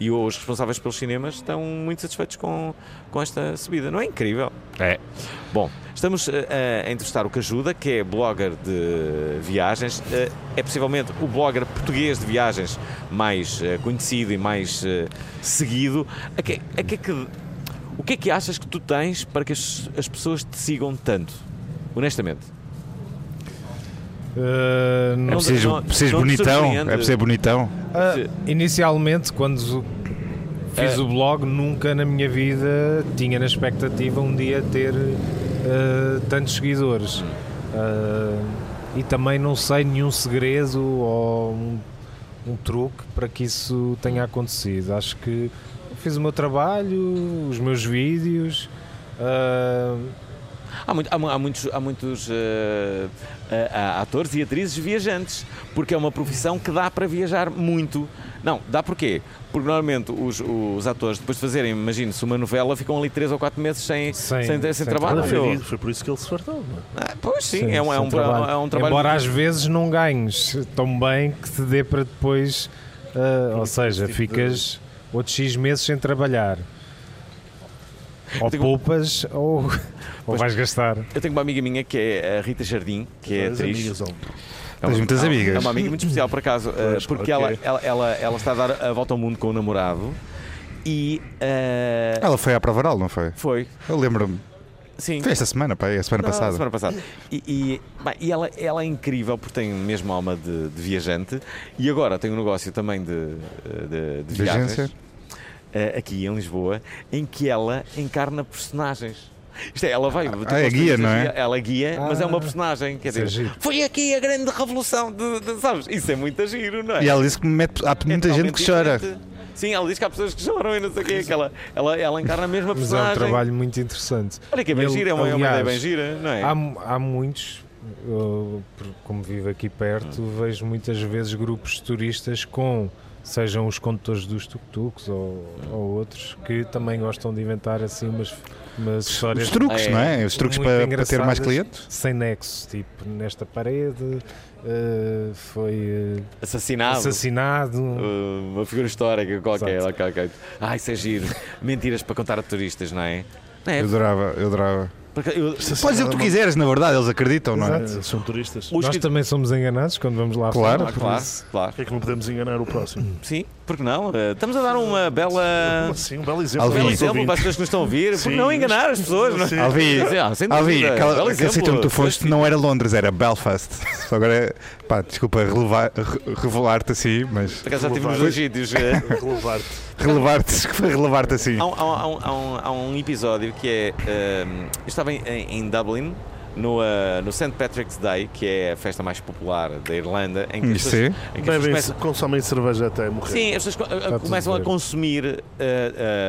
E os responsáveis pelos cinemas estão muito satisfeitos com, com esta subida. Não é incrível?
É.
Bom, estamos eh, a entrevistar o Cajuda, que é blogger de viagens. Eh, é possivelmente o blogger português de viagens mais eh, conhecido e mais eh, seguido. A que, a que é que- o que é que achas que tu tens para que as, as pessoas te sigam tanto? Honestamente.
Ah,
É
não-
preciso,
não-
preciso
não te
bonitão. É
surpreende.
preciso bonitão.
Ah,
Se-
inicialmente, quando fiz
Ah.
o blog, nunca na minha vida tinha na expectativa um dia ter ah, tantos seguidores. Ah, e também não sei nenhum segredo ou um, um truque para que isso tenha acontecido. Acho que fiz o meu trabalho, os meus vídeos. ah,
Há, muito- há mu- há muitos, há muitos eh, eh, há atores e atrizes viajantes, porque é uma profissão que dá para viajar muito. Não, dá porquê? Porque normalmente os, os atores, depois de fazerem, imagine-se, uma novela, ficam ali 3 ou 4 meses sem, sem,
Sem-
sem,
sem
trabalho.
Olha,
trabalho.
foi,
Eu-
foi por isso que ele se fartou. não é?
Ah, pois sim,
Sim,
é, um, é,
sem
um, é um trabalho.
Embora às vezes não ganhes tão bem que te dê para depois. ah, ou seja,
tipo de-
ficas outros X meses sem trabalhar. Ou poupas
[LAUGHS]
ou, ou vais gastar.
Eu tenho uma amiga minha que é a Rita Jardim, que é
As
atriz.
amigas, homem.
É
Tens muitas
é
amigas.
É uma amiga muito especial, por acaso, eh,
Pois,
porque
ok.
ela, ela, ela, ela está a dar a volta ao mundo com o namorado e. eh,
Ela foi à Provaral, não foi?
Foi.
Eu lembro-me.
Sim.
Foi esta semana, pá, é a semana
Não,
passada.
Semana passada. E, e, bem, e ela, ela é incrível porque tem mesmo alma de, de viajante e agora tem um negócio também de, de, de
De
viagens
agência?
eh, aqui em Lisboa em que ela encarna personagens. Isto é, ela vai. tu
é
postas
guia, não é?
fotografia, Ela guia, mas é uma personagem. Quer
Isso é
dizer,
giro.
foi aqui a grande revolução de, de- Sabes? Isso é muito giro, não é?
E ela disse que mete- há
É
muita gente
totalmente
que chora.
diferente. Sim, ela diz que há pessoas que choram e não sei o quê. Que ela, ela, ela encarna a mesma
Mas é
personagem.
um trabalho muito interessante.
Olha que é bem
Ele,
gira, é uma, é uma ideia
aliás,
bem gira, não é?
Há, mu- há muitos, eu, por- como vivo aqui perto,
Hum.
vejo muitas vezes grupos de turistas com, sejam os condutores dos tuk-tuks ou,
Hum.
ou outros, que também gostam de inventar assim umas, umas histórias.
Os truques,
É.
não é? Os truques
muito
para, para ter mais
engraçadas,
clientes.
Sem nexo, tipo, nesta parede eh, foi eh,
Ah,
Assassinado.
assassinado.
Uh, Uma figura histórica qualquer.
Exato.
ok, ok. Ah, isso é giro. Mentiras para contar a turistas, não é? Não é?
Eu adorava, eu adorava.
Porque eu-
Podes dizer o que tu quiseres, na verdade, eles acreditam, não é?
Exato.
Eh, São turistas.
os
Nós
que-
também somos enganados quando vamos lá
Claro.
Ah,
fora, por
claro,
isso-
claro.
Porquê é que não podemos enganar o próximo?
Sim, porque não? Uh, estamos a dar uma bela.
Assim, um belo exemplo.
Um belo
Alvin.
exemplo para as pessoas que nos estão a ouvir. Por
Sim.
que não enganar as pessoas, não é?
Sim.
Alvi,
Quer dizer, ah, sem
Alvi,
dúvida,
aquela,
belo
aquele sítio
exemplo.
onde tu foste não é- era Londres, era Belfast. Só agora, pá, desculpa relevar- re- revelar-te assim, mas
Por acaso já estive nos dois sítios. uh,
Relevar-te.
relevar-te, relevar-te assim.
Há um, há um- há um- há um episódio que é. ehm, eu estava em, em- em Dublin, no, ah, no St. Patrick's Day, que é a festa mais popular da Irlanda, em que as
Isso
pessoas,
é.
em que as pessoas
Bebem,
começam,
consomem cerveja até morrer.
Sim, as pessoas co- ah,
tudo
começam a
bem.
consumir ah,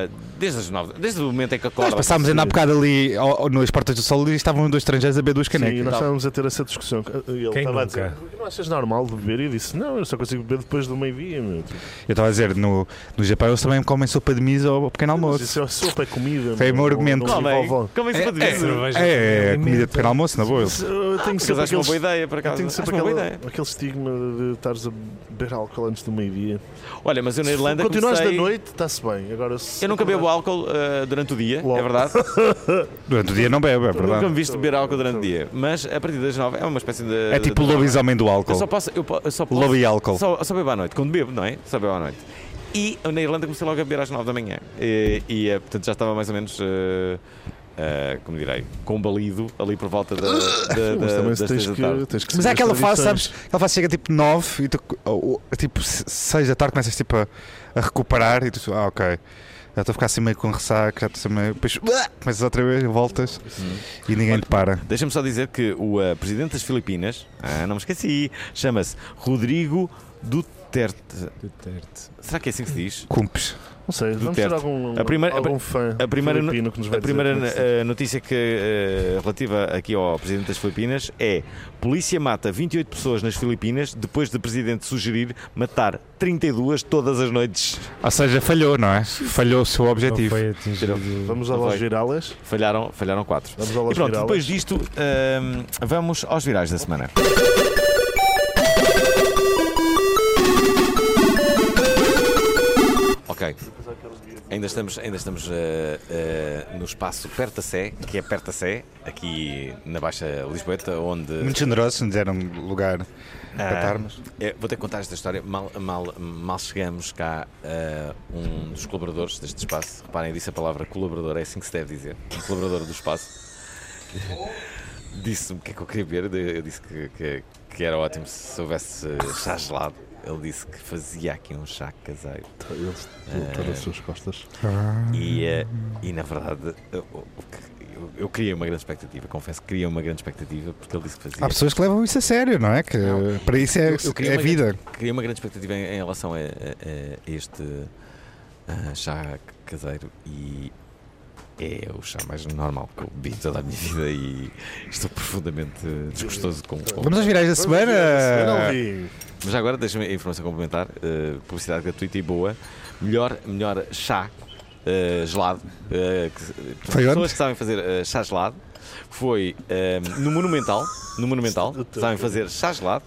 ah, desde as nove, desde o momento em que acordam.
Nós passámos ainda há bocado ali ao- ao- nas portas do sol e estavam dois estrangeiros a beber duas
Sim,
canecas.
nós estávamos a ter essa discussão. Ele
Quem
estava a
nunca?
dizer, não achas normal de beber? E eu disse, não, eu só consigo beber depois do meio-dia, meu. Tipo,
Eu estava a dizer, no, no Japão eles também comem sopa de miso ao pequeno
mas
almoço.
isso é sopa, é comida.
Foi
meu,
meu um argumento.
não
Comem,
envolve-
comem sopa de
é.
vidro.
Cerveja também
É, é,
alimenta.
comida de pequeno almoço, na boa.
Mas Eu tenho
Ah, Mas
sempre
acho uma boa
aqueles-
ideia, por
eu
acaso.
tenho
Acho
sempre
uma boa
aquela-
ideia.
aquele estigma de estares a beber álcool antes do meio-dia.
Olha, mas eu na
Se
Irlanda.
Continuares
comecei,
da noite, está-se bem. Agora, se
Eu nunca bebo álcool ah, durante o dia, é
Logo.
verdade.
Durante o dia não bebe, é
Nunca me
verdade.
viste beber álcool durante o dia. Mas a partir das nove é uma espécie de.
É tipo o
de-
lobisomem do
Eu só
álcool.
posso. Eu, po- eu só posso
Lobby álcool.
Só, só bebo à noite, quando bebo, não é? Só bebo à noite. E eu, na Irlanda comecei logo a beber às 9 da manhã. E, e, eh, portanto já estava mais ou menos, eh, eh, como direi, combalido ali por volta
[COUGHS]
da, da,
Mas
da-
também
das
se
três
tens
da
que,
tarde.
tens que
Mas
seguir
há aquela
as
fase,
tradições.
sabes? Aquela fase chega tipo 9 e tu, ou- ou- tipo 6 da tarde começas tipo a, a recuperar e tu, ah, ok. Já estou a ficar assim meio com ressaca, já estou assim meio. Depois ah, começas outra vez, voltas e ninguém te para.
Deixa-me só dizer que o eh, presidente das Filipinas, ah, não me esqueci, chama-se Rodrigo Duterte.
Duterte.
Será que é assim que se diz?
Cumpes.
Não sei, vamos
Duterte.
ter algum,
A primeira- a
algum fã
a primeira-
filipino que nos vai
A primeira
dizer. como é que
eh, notícia que, eh, relativa aqui ao presidente das Filipinas é: polícia mata 28 pessoas nas Filipinas depois de presidente sugerir matar 32 todas as noites.
Ou seja, falhou, não é? Falhou o seu
Não
objetivo.
Então foi
se-
atingido.
Vamos a
Não
Los
vai.
Viralas.
Falharam, falharam quatro.
Vamos a
E
Los
pronto,
Viralas.
depois disto, hum, vamos aos virais da semana. Ok. Ainda estamos, ainda estamos eh, eh, no espaço Perta Sé, que é Perta Sé, aqui na Baixa Lisboeta, onde.
Muito generosos, nos deram lugar
Ah.
para estarmos.
É, vou ter que contar esta história. Mal, mal, mal chegamos cá, eh, um dos colaboradores deste espaço, reparem, eu disse a palavra colaborador, é assim que se deve dizer. Um colaborador do espaço disse-me o que é que eu queria ver. Eu disse que, que- que era ótimo se houvesse chá gelado. Ele disse que fazia aqui um chá caseiro.
Ele está nas suas costas.
Ah.
E, eh, e na verdade, eh, eu, eu- eu criei uma grande expectativa, confesso que criei uma grande expectativa, porque ele disse que fazia.
Há pessoas que levam isso a sério, não é? Que
Não.
para isso é,
Eu- eu queria
é
uma
vida.
Criei uma grande expectativa em, em relação a, a- a este ah, chá caseiro e é o chá mais normal que eu bebi toda a minha vida e estou profundamente desgostoso com. com-
Vamos aos virais da semana.
Ah.
Mas já agora deixa-me a informação complementar, ah, publicidade gratuita e boa. Melhor, melhor chá ah, gelado. ah, que-
Foi
pessoas
onde?
que sabem fazer ah, chá gelado. foi ehm, no Monumental, no Monumental, sabem fazer chás lá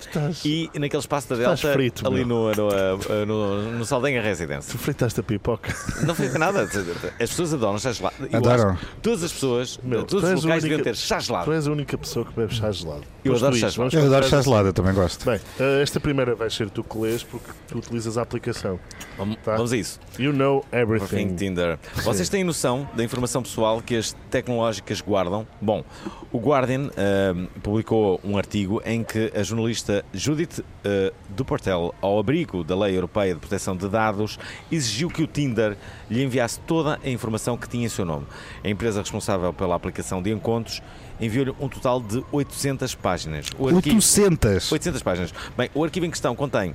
e naquele espaço da Delta,
estás frito,
ali no, no, eh, no, no Saldanha Residence.
Tu fritaste a pipoca.
Não foi nada. As pessoas adoram chás lá. Eu
Adoram.
acho que Todas as pessoas,
Meu,
todos
tu
os
és o
locais deviam
único-
ter chás lá.
Ah. Tu és a única pessoa que bebe chá gelado.
Eu adoro
Luís,
chá gelado.
vamos
Eu adoro
começar- assim.
chá gelado, eu também gosto.
Bem, eh, esta primeira vais ser tu que lês porque tu utilizas a aplicação.
Vamos,
Tá.
vamos a isso.
You know
Think
everything.
Tinder. Vocês têm noção da informação pessoal que as tecnológicas guardam? Bom, o Guardian ahm, publicou um artigo em que a jornalista Judith eh, Duportel, ao abrigo da Lei Europeia de Proteção de Dados, exigiu que o Tinder lhe enviasse toda a informação que tinha em seu nome. A empresa responsável pela aplicação de encontros enviou-lhe um total de 800 páginas. O arquivo-
800.
800 páginas. Bem, o arquivo em questão contém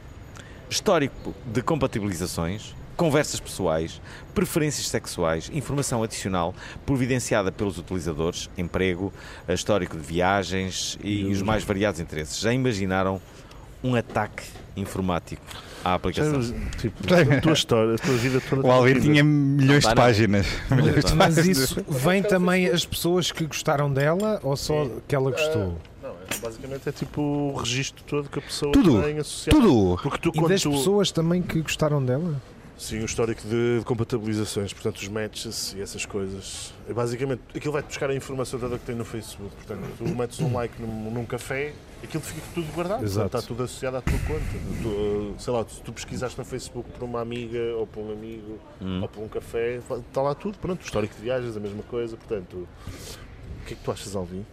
histórico de compatibilizações, conversas pessoais, preferências sexuais, informação adicional providenciada pelos utilizadores, emprego, eh, histórico de viagens e, os mais variados interesses. Já imaginaram um ataque informático à
Já,
aplicação?
tipo, a tua história, a tua vida toda.
O Alvin tinha milhões
Não dá, não.
de páginas. Milhões de
Mas
páginas.
isso vem também as pessoas que gostaram dela ou só que ela gostou?
Não, é, basicamente é tipo o registro todo que a pessoa
Tudo.
tem associado.
Tudo.
Porque tu,
E
quando
das
tu,
pessoas também que gostaram dela?
Sim, o histórico de, de compatibilizações, portanto, os matches e essas coisas. É basicamente, aquilo vai-te buscar a informação toda que tem no Facebook. Portanto, tu metes um like num, num café, aquilo fica tudo guardado.
Exato.
Portanto, Está tudo associado à tua conta. Tu, eh, sei lá, se tu pesquisaste no Facebook por uma amiga, ou por um amigo,
Hum.
ou por um café, está lá tudo. Pronto, o histórico de viagens, a mesma coisa. Portanto, o que é que tu achas, Alvin?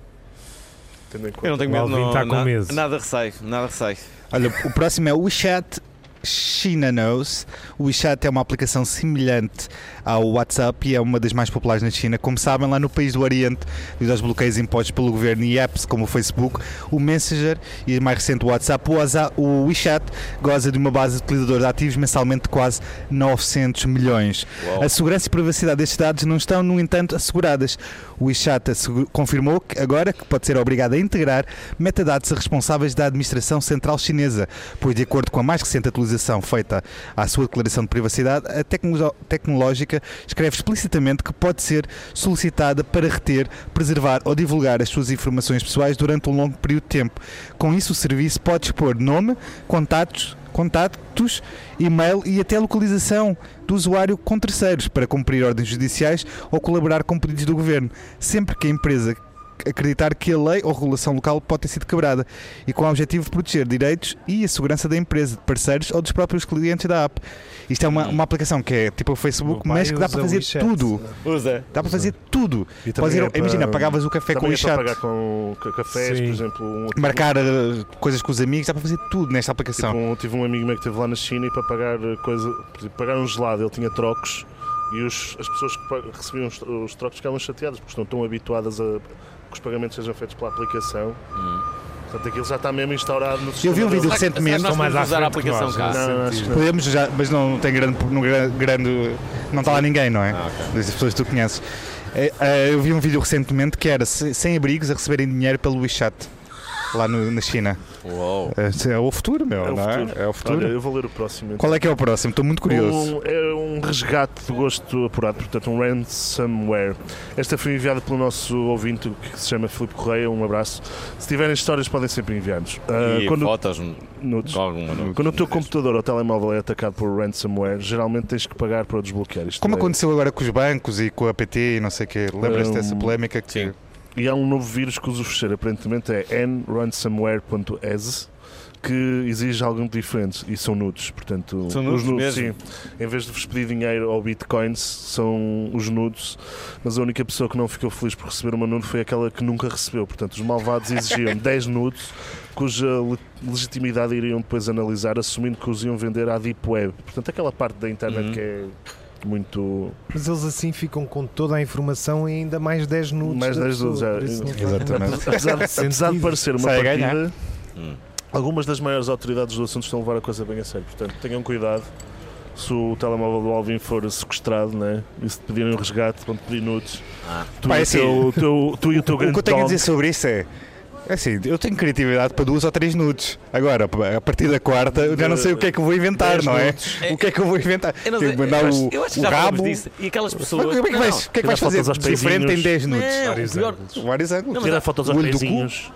Tendo em conta.
Eu não tenho medo,
Alvin
não,
está com
na-
medo.
nada receio, nada receio.
Olha, o próximo é o WeChat China Knows. O WeChat é uma aplicação semelhante ao WhatsApp e é uma das mais populares na China. Como sabem, lá no país do Oriente, devido aos bloqueios impostos pelo governo e apps como o Facebook, o Messenger e mais recente o WhatsApp, o Waza- o WeChat goza de uma base de utilizadores ativos mensalmente de quase 900 milhões.
Uau.
A segurança e privacidade destes dados não estão, no entanto, asseguradas. O WeChat assegu- confirmou que agora que pode ser obrigado a integrar metadados responsáveis da administração central chinesa, pois de acordo com a mais recente atualização feita à sua declaração de privacidade, a tecno- tecnológica escreve explicitamente que pode ser solicitada para reter, preservar ou divulgar as suas informações pessoais durante um longo período de tempo. Com isso, o serviço pode expor nome, contatos, contactos, e-mail e até localização do usuário com terceiros para cumprir ordens judiciais ou colaborar com pedidos do governo, sempre que a empresa acreditar que a lei ou regulação local pode ter sido quebrada e com o objetivo de proteger direitos e a segurança da empresa, de parceiros ou dos próprios clientes da app. Isto é uma, uma aplicação que é tipo o
Meu
Facebook,
pai
mas que dá
usa
para fazer
WeChat.
tudo.
Usa.
Dá para fazer tudo.
E também
Podes ir-
é para-
Imagina, pagavas o café com o
Também é para pagar
WeChat,
com ca- cafés,
Sim.
por exemplo. Um outro-
marcar eh, coisas com os amigos, dá para fazer tudo nesta aplicação.
Tipo, um- tive um amigo meu que esteve lá na China e para pagar eh, coisa, por exemplo, pagar um gelado, ele tinha trocos e os- as pessoas que pa- recebiam os, os trocos ficavam chateadas porque estão tão habituadas a que os pagamentos sejam feitos pela aplicação. Portanto, aquilo já está mesmo instaurado no sistema.
vi um
deles. Ah,
vídeo recentemente-
Nós
Estão mais à
podemos usar a
frente que
aplicação
nós,
cá.
nesse
Não, não,
sentido.
acho que
Podemos já, mas não tem grande, não, gra- grande não está lá ninguém, não é?
Ah, ok.
Das pessoas que tu conheces. Eh, eh, Eu vi um vídeo recentemente que era se- sem abrigos a receberem dinheiro pelo WeChat lá no- na China.
Uau.
Eh, se- É o futuro, meu,
É o
não
futuro.
é? É o
Olha,
futuro.
eu vou ler o próximo. então.
Qual é que é o próximo? Estou muito curioso.
Um- é um resgate de gosto apurado, portanto, um ransomware. Esta foi enviada pelo nosso ouvinte que se chama Filipe Correia. Um abraço. Se tiverem histórias, podem sempre enviar-nos. Ah,
e
quando-
fotos
nudes.
com alguma não-
Quando o teu computador ou telemóvel é atacado por ransomware, geralmente tens que pagar para o desbloquear. Isto
Como
é-
aconteceu agora com os bancos e com a PT e não sei o quê? Lembras-te
Um,
dessa polémica? Que...
sim.
E há um novo vírus que usa o fecheiro, aparentemente é nransomware.es, que exige algo diferente e são nudes. Portanto,
São nudes
os nudes,
mesmo?
sim. Em vez de vos pedir dinheiro ou bitcoins, são os nudes. Mas a única pessoa que não ficou feliz por receber uma nude foi aquela que nunca recebeu. Portanto, os malvados
[LAUGHS]
exigiam 10 nudes, cuja le- legitimidade iriam depois analisar, assumindo que os iam vender à Deep Web. Portanto, aquela parte da internet
Uhum.
que é muito.
Mas eles assim ficam com toda a informação e ainda mais 10 nudes.
Mais
da
10 nudes,
pessoa,
é.
por isso não faz
Exatamente.
Apesar de, apesar de parecer uma
Sai a ganhar.
partida.
Hum.
Algumas das maiores autoridades do assunto estão a levar a coisa bem a sério, portanto tenham cuidado. Se o telemóvel do Alvin for sequestrado, né? e se te pedirem um resgate, quando te pedir nudes, tu,
Pá, é
e o
assim,
teu, teu- tu e o teu
O que
grande
eu tenho a
dog,
dizer sobre isso é É assim, eu tenho criatividade para duas ou três nudes. Agora, a partir da quarta, eu já não sei o que é que eu vou inventar, não é? O que é que eu vou inventar?
Eu não sei,
Tenho que mandar
eu acho,
o,
eu acho que
o
já
rabo.
falámos disso. E aquelas pessoas.
Mas Como é que
Não,
vais, o que é que vais
Tirar
fazer
fotos aos
diferente em
peizinhos.
10 nudes?
Não,
Vários
pior-
ângulos.
Vários ângulos.
Não, mas
Tira fotos aos
Olho do
pezinhos.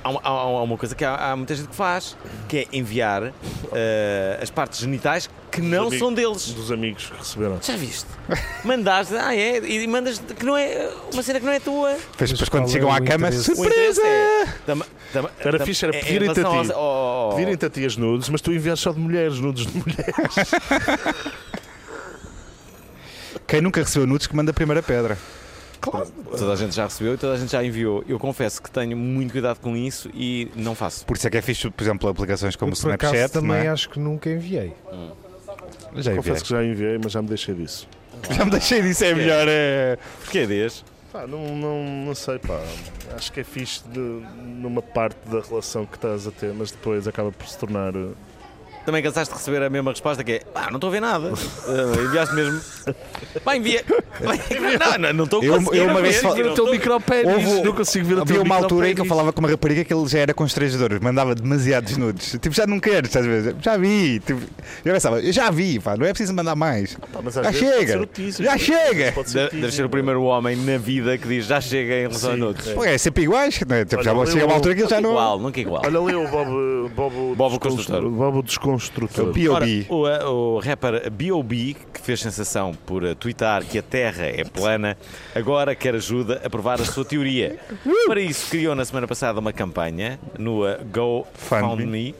Há uma, há- há uma coisa que há, há muita gente que faz, que é enviar eh, as partes genitais que não
amigos.
são deles.
Dos amigos que receberam.
Já viste? Mandaste, ah é, e mandas que não é uma cena que não é tua.
Depois, depois
Mas
quando
qual
chegam
é
à
o
cama,
interesse?
O interesse
surpresa!
é. Tam, tam,
Era
tam-
fixe, era
é- em
pedirem-te a
relação
ti.
aos-
Oh.
ao- ao-
Pedirem-te a ti as nudes, mas tu envias só de mulheres, nudes de mulheres.
Quem nunca recebeu nudes que manda a primeira pedra.
Toda a gente já recebeu e toda a gente já enviou. Eu confesso que tenho muito cuidado com isso e não faço.
Por isso é que é fixe, por exemplo, aplicações como o
Eu, por acaso,
Snapchat. não
também
é?
acho que nunca enviei.
Já, enviei.
Confesso que já enviei, mas já me deixei disso.
já me deixei disso, é melhor. É...
Porquê deste?
Pá, não, não, não sei, pá. Acho que é fixe de, numa parte da relação que estás a ter, mas depois acaba por se tornar. uh,
Também cansaste de receber a mesma resposta que é pá, não estou a ver nada. Eh, enviaste mesmo. Pá, envia. Não, não, não estou a
Eu-
conseguir
eu uma vez
ver,
só-
não
Eu
estou-
Houve- um-
não consigo ver a
Havia
um
tua
uma altura em que eu
micropénis.
falava com uma rapariga que ele já era constrangedor, mandava demasiados nudes. Tipo, já não quero, estás a ver? Já vi. Tipo, eu pensava, eu já vi, pá, não é preciso mandar mais.
Pá, mas às
Já
vezes pode
chega!
ser notícias,
Já
pá.
chega!
Pode
De-
ser
Deve ser
teasing.
o primeiro homem na vida que diz já chega em relação a
Sim,
outros.
é.
Pô, é sempre iguais, não é? Tipo, já
Olha,
chega uma
eu-
altura que ele já não.
Igual, nunca igual.
Olha ali o Bob. Bob,
Bob o
desconstru-
construtor.
Bob o
É
desconstrutor.
o
Ora,
POB.
o, eh, o rapper B.O.B., que fez sensação por eh, twittar que a Terra é plana, agora quer ajuda a provar a sua teoria.
Uh!
Para isso, criou na semana passada uma campanha no eh, GoFundMe,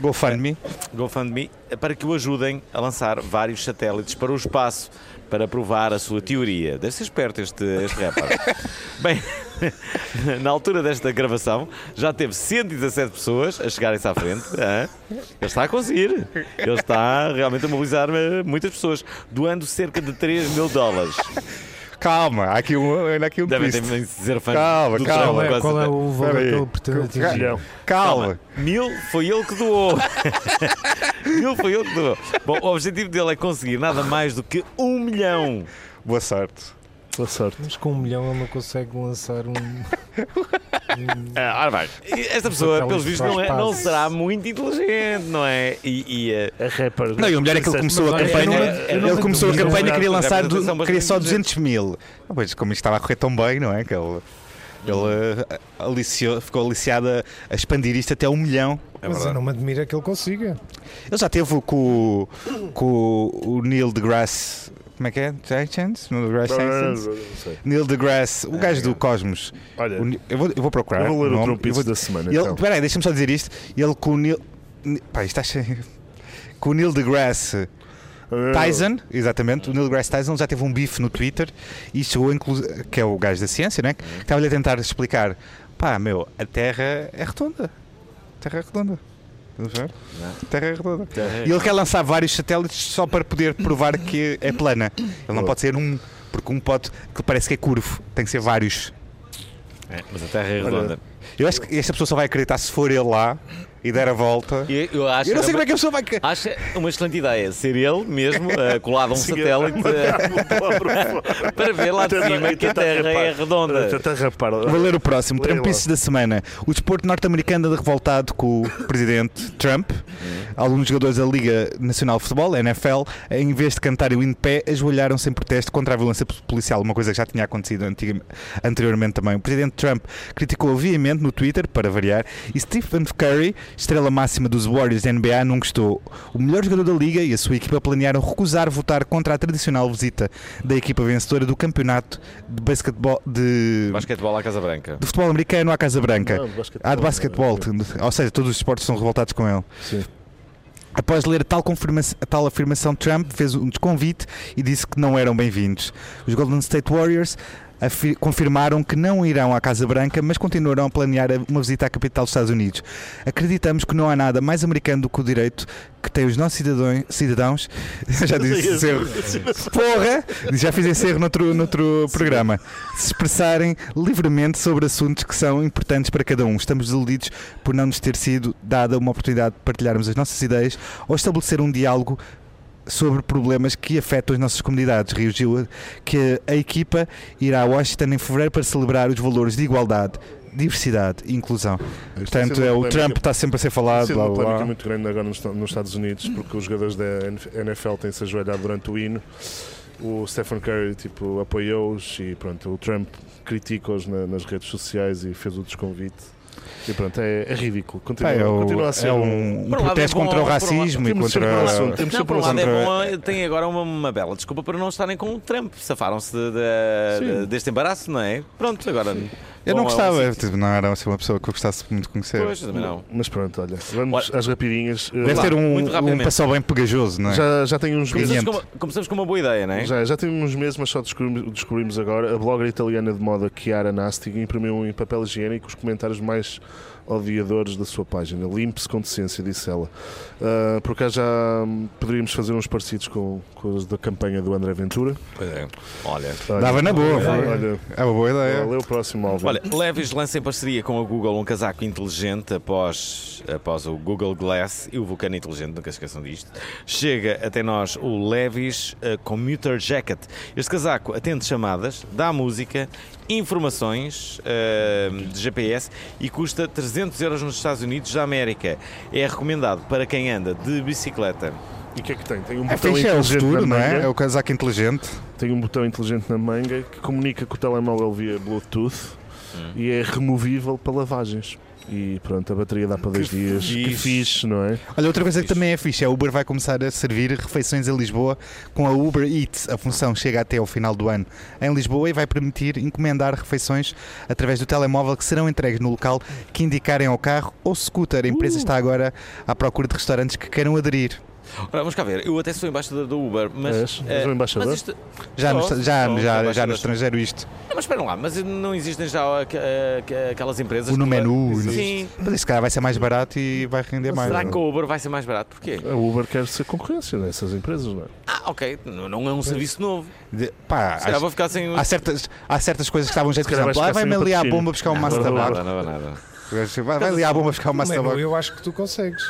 GoFundMe.
GoFundMe eh, para que o ajudem a lançar vários satélites para o espaço para provar a sua teoria. Deve ser esperto este, este
[LAUGHS]
rapper. Bem, [LAUGHS] na altura desta gravação já teve 117 pessoas a chegarem-se à frente. hã? Ele está a conseguir. Ele está realmente a mobilizar eh, muitas pessoas, doando cerca de 3 mil
[LAUGHS]
dólares.
Calma, há aqui um, ainda há aqui um
Devem ter
twist.
dizer fãs
Calma,
do
calma.
Trump,
Qual é,
quase-
qual é o valor
Peraí.
que ele pretende atingir?
Milhão.
Calma.
Mil foi ele que doou. [LAUGHS] Mil foi ele que doou. Bom, o objetivo dele é conseguir nada mais do que um milhão.
Boa sorte.
Boa sorte.
Mas com um milhão ele não consegue lançar um.
Ah, ora vai. E Esta pessoa,
Aquelas
pelos vistos, não, é-
frases.
não será muito inteligente, não é? E, e, eh,
É rapper.
Não, e o melhor é que ele começou a
mas olha,
campanha.
eu não- eu não
Ele
lembro
começou a
disso.
campanha e queria
Não,
lançar
não, não,
du- queria só
não,
200 mil. Ah, Pois, como isto estava a correr tão bem, não é? Que ele, ele eh, aliciou- ficou aliciado a- a expandir isto até um milhão.
Mas eu não me admira que ele consiga.
Ele já teve com, o- com o Neil deGrasse. Como é que é? Jenkins? Neil deGrasse Jenkins? Neil deGrasse, o gajo do Cosmos.
Olha,
O Ni- eu, vou, eu vou procurar.
É. eu vou ler
nome,
o
eu vou-
trompito da semana.
ele,
então.
Peraí, deixa-me só dizer isto. Ele com o Neil. Ni- Pá, isto está cheio. Com o Neil deGrasse Tyson, exatamente, o Neil deGrasse Tyson já teve um bife no Twitter e chegou, inclu- que é o gajo da ciência, né? Que estava-lhe a tentar explicar: pá, meu, a Terra é redonda. A Terra é redonda. Vamos ver? A Terra é redonda. E ele quer lançar vários satélites só para poder provar que é plana. Ele não pode ser um, porque um pode que parece que é curvo, tem que ser vários.
é, mas a Terra é redonda.
Eu acho que esta pessoa só vai acreditar se for ele lá e der a volta.
E eu acho,
Eu não sei como
uma,
é que a pessoa vai. acre-
acho uma excelente ideia ser ele mesmo eh, colado a um satélite eh, para ver lá de
Tentar-
cima que a
tentar
Terra é
rapar.
redonda.
Tenta rapar.
Vou ler o próximo.
Leia
Trumpistas da semana. O desporto norte-americano anda revoltado com o presidente Trump. Alguns jogadores da Liga Nacional de Futebol, NFL, em vez de cantarem o hino de pé, ajoelharam-se em protesto contra a violência policial, uma coisa que já tinha acontecido antiga- anteriormente também. O presidente Trump criticou obviamente no Twitter, para variar, e Stephen Curry, estrela máxima dos Warriors da NBA, não gostou. O melhor jogador da Liga e a sua equipa planearam recusar votar contra a tradicional visita da equipa vencedora do campeonato de basquetebol de
Basquetebol à Casa Branca.
do futebol americano à Casa Branca.
Não, de basquetebol.
Há de basquetebol, ou seja, todos os esportes são revoltados com ele.
Sim.
Após ler tal, confirma- tal afirmação, Trump fez um desconvite e disse que não eram bem-vindos. Os Golden State Warriors afir- confirmaram que não irão à Casa Branca, mas continuarão a planear a- uma visita à capital dos Estados Unidos. Acreditamos que não há nada mais americano do que o direito que têm os nossos cidadões, cidadãos. [LAUGHS] Já disse esse erro. Porra! Já fiz esse erro noutro, noutro programa. Se expressarem livremente sobre assuntos que são importantes para cada um. Estamos desiludidos por não nos ter sido dada uma oportunidade de partilharmos as nossas ideias ou estabelecer um diálogo sobre problemas que afetam as nossas comunidades. Reagiu a- que a equipa irá a Washington em fevereiro para celebrar os valores de igualdade, diversidade e inclusão.
Isto tem
Portanto,
sido uma
é, o
polémica-
Trump está sempre a ser
tem
falado.
sido
Ah, blá,
uma
blá,
polémica
blá.
muito grande agora nos, nos Estados Unidos porque os jogadores da NFL têm se ajoelhado durante o hino. O Stephen Curry tipo, apoiou-os e pronto, o Trump critica-os na- nas redes sociais e fez o desconvite. E pronto, é, é ridículo.
Pá,
Continua,
é, o-
continua a ser
é
um...
um, um
Por um lado é
protesto
bom,
contra o
por um lado-
racismo e
Temos de ser
contra.
um assunto, temos de
Não,
ser
por um lado é
contra-
bom, eh, tem agora uma, uma bela desculpa para não estarem com o Trump. Safaram-se de- de-
Sim.
de- deste embaraço, não é? Pronto, agora.
Eu
vão
não
a um
gostava,
sítio.
tipo, não era assim, uma pessoa que eu gostasse muito de conhecer.
Pois, também não.
Mas pronto, olha, vamos às rapidinhas.
Deve
Lá,
ter um,
muito
um
rapidamente.
pessoal bem pegajoso, não é?
Já, já tem uns meses.
Começamos com, uma, começamos com uma boa ideia, não é?
Já, já tem uns meses, mas só descobrimos, descobrimos agora. A blogger italiana de moda Chiara Nastig imprimiu em papel higiênico os comentários mais odiadores da sua página. Limpe-se com decência, disse ela. Ah, por cá já hum, poderíamos fazer uns parecidos com, com os da campanha do André Ventura.
Pois é. Olha.
Olha,
Dava na boa.
Olha,
foi.
olha,
É uma boa ideia.
olha o próximo álbum.
Olha, Levis lança em parceria com a Google um casaco inteligente após, após o Google Glass e o Vulcano Inteligente, nunca se esqueçam disto. Chega até nós o Levis eh, Commuter Jacket. Este casaco atende chamadas, dá música, informações eh, de GPS e custa 300 euros nos Estados Unidos da América. É recomendado para quem anda de bicicleta.
E o que é que tem? Tem um
É
botão
fixe, é o
inteligente
futuro, não
na
é?
manga.
É o casaco inteligente.
Tem um botão inteligente na manga que comunica com o telemóvel via Bluetooth
Hum.
e é removível para lavagens. E pronto, a bateria dá para dois dias. Que
fixe.
fixe, não é?
Olha, outra coisa que também é fixe, a Uber vai começar a servir refeições em Lisboa com a Uber Eats. A função chega até ao final do ano em Lisboa e vai permitir encomendar refeições através do telemóvel que serão entregues no local que indicarem ao carro ou scooter. A
Uh.
empresa está agora à procura de restaurantes que queiram aderir.
Ora, vamos cá ver, eu até sou embaixador do Uber, mas.
És? És
eh,
um embaixador?
mas isto-
Já, no,
Sou,
já,
sou,
já,
sou
já no
embaixador.
estrangeiro isto.
Não, É, mas esperam lá, mas não existem já aqu- eh, aqu- aquelas empresas.
O no
que-
menu.
Sim.
Mas isso, cara, vai ser mais barato e vai render mais. um.
Será que o Uber vai ser mais barato? Porquê?
A Uber quer ser concorrência dessas empresas, não é?
Ah, ok, não, não é um serviço novo.
De- pá,
Será
acho-
vou ficar sem.
há, certas, há certas coisas que estavam um jeito, por
calhar
exemplo,
vai
ah,
ficar sem
vai-me
o
ali à
patrocínio.
bomba buscar um maço de
Não,
tabaco.
nada, nada, nada.
Vai, vai ali à bomba buscar um
No
maço de
menu
tabaco.
eu acho que tu consegues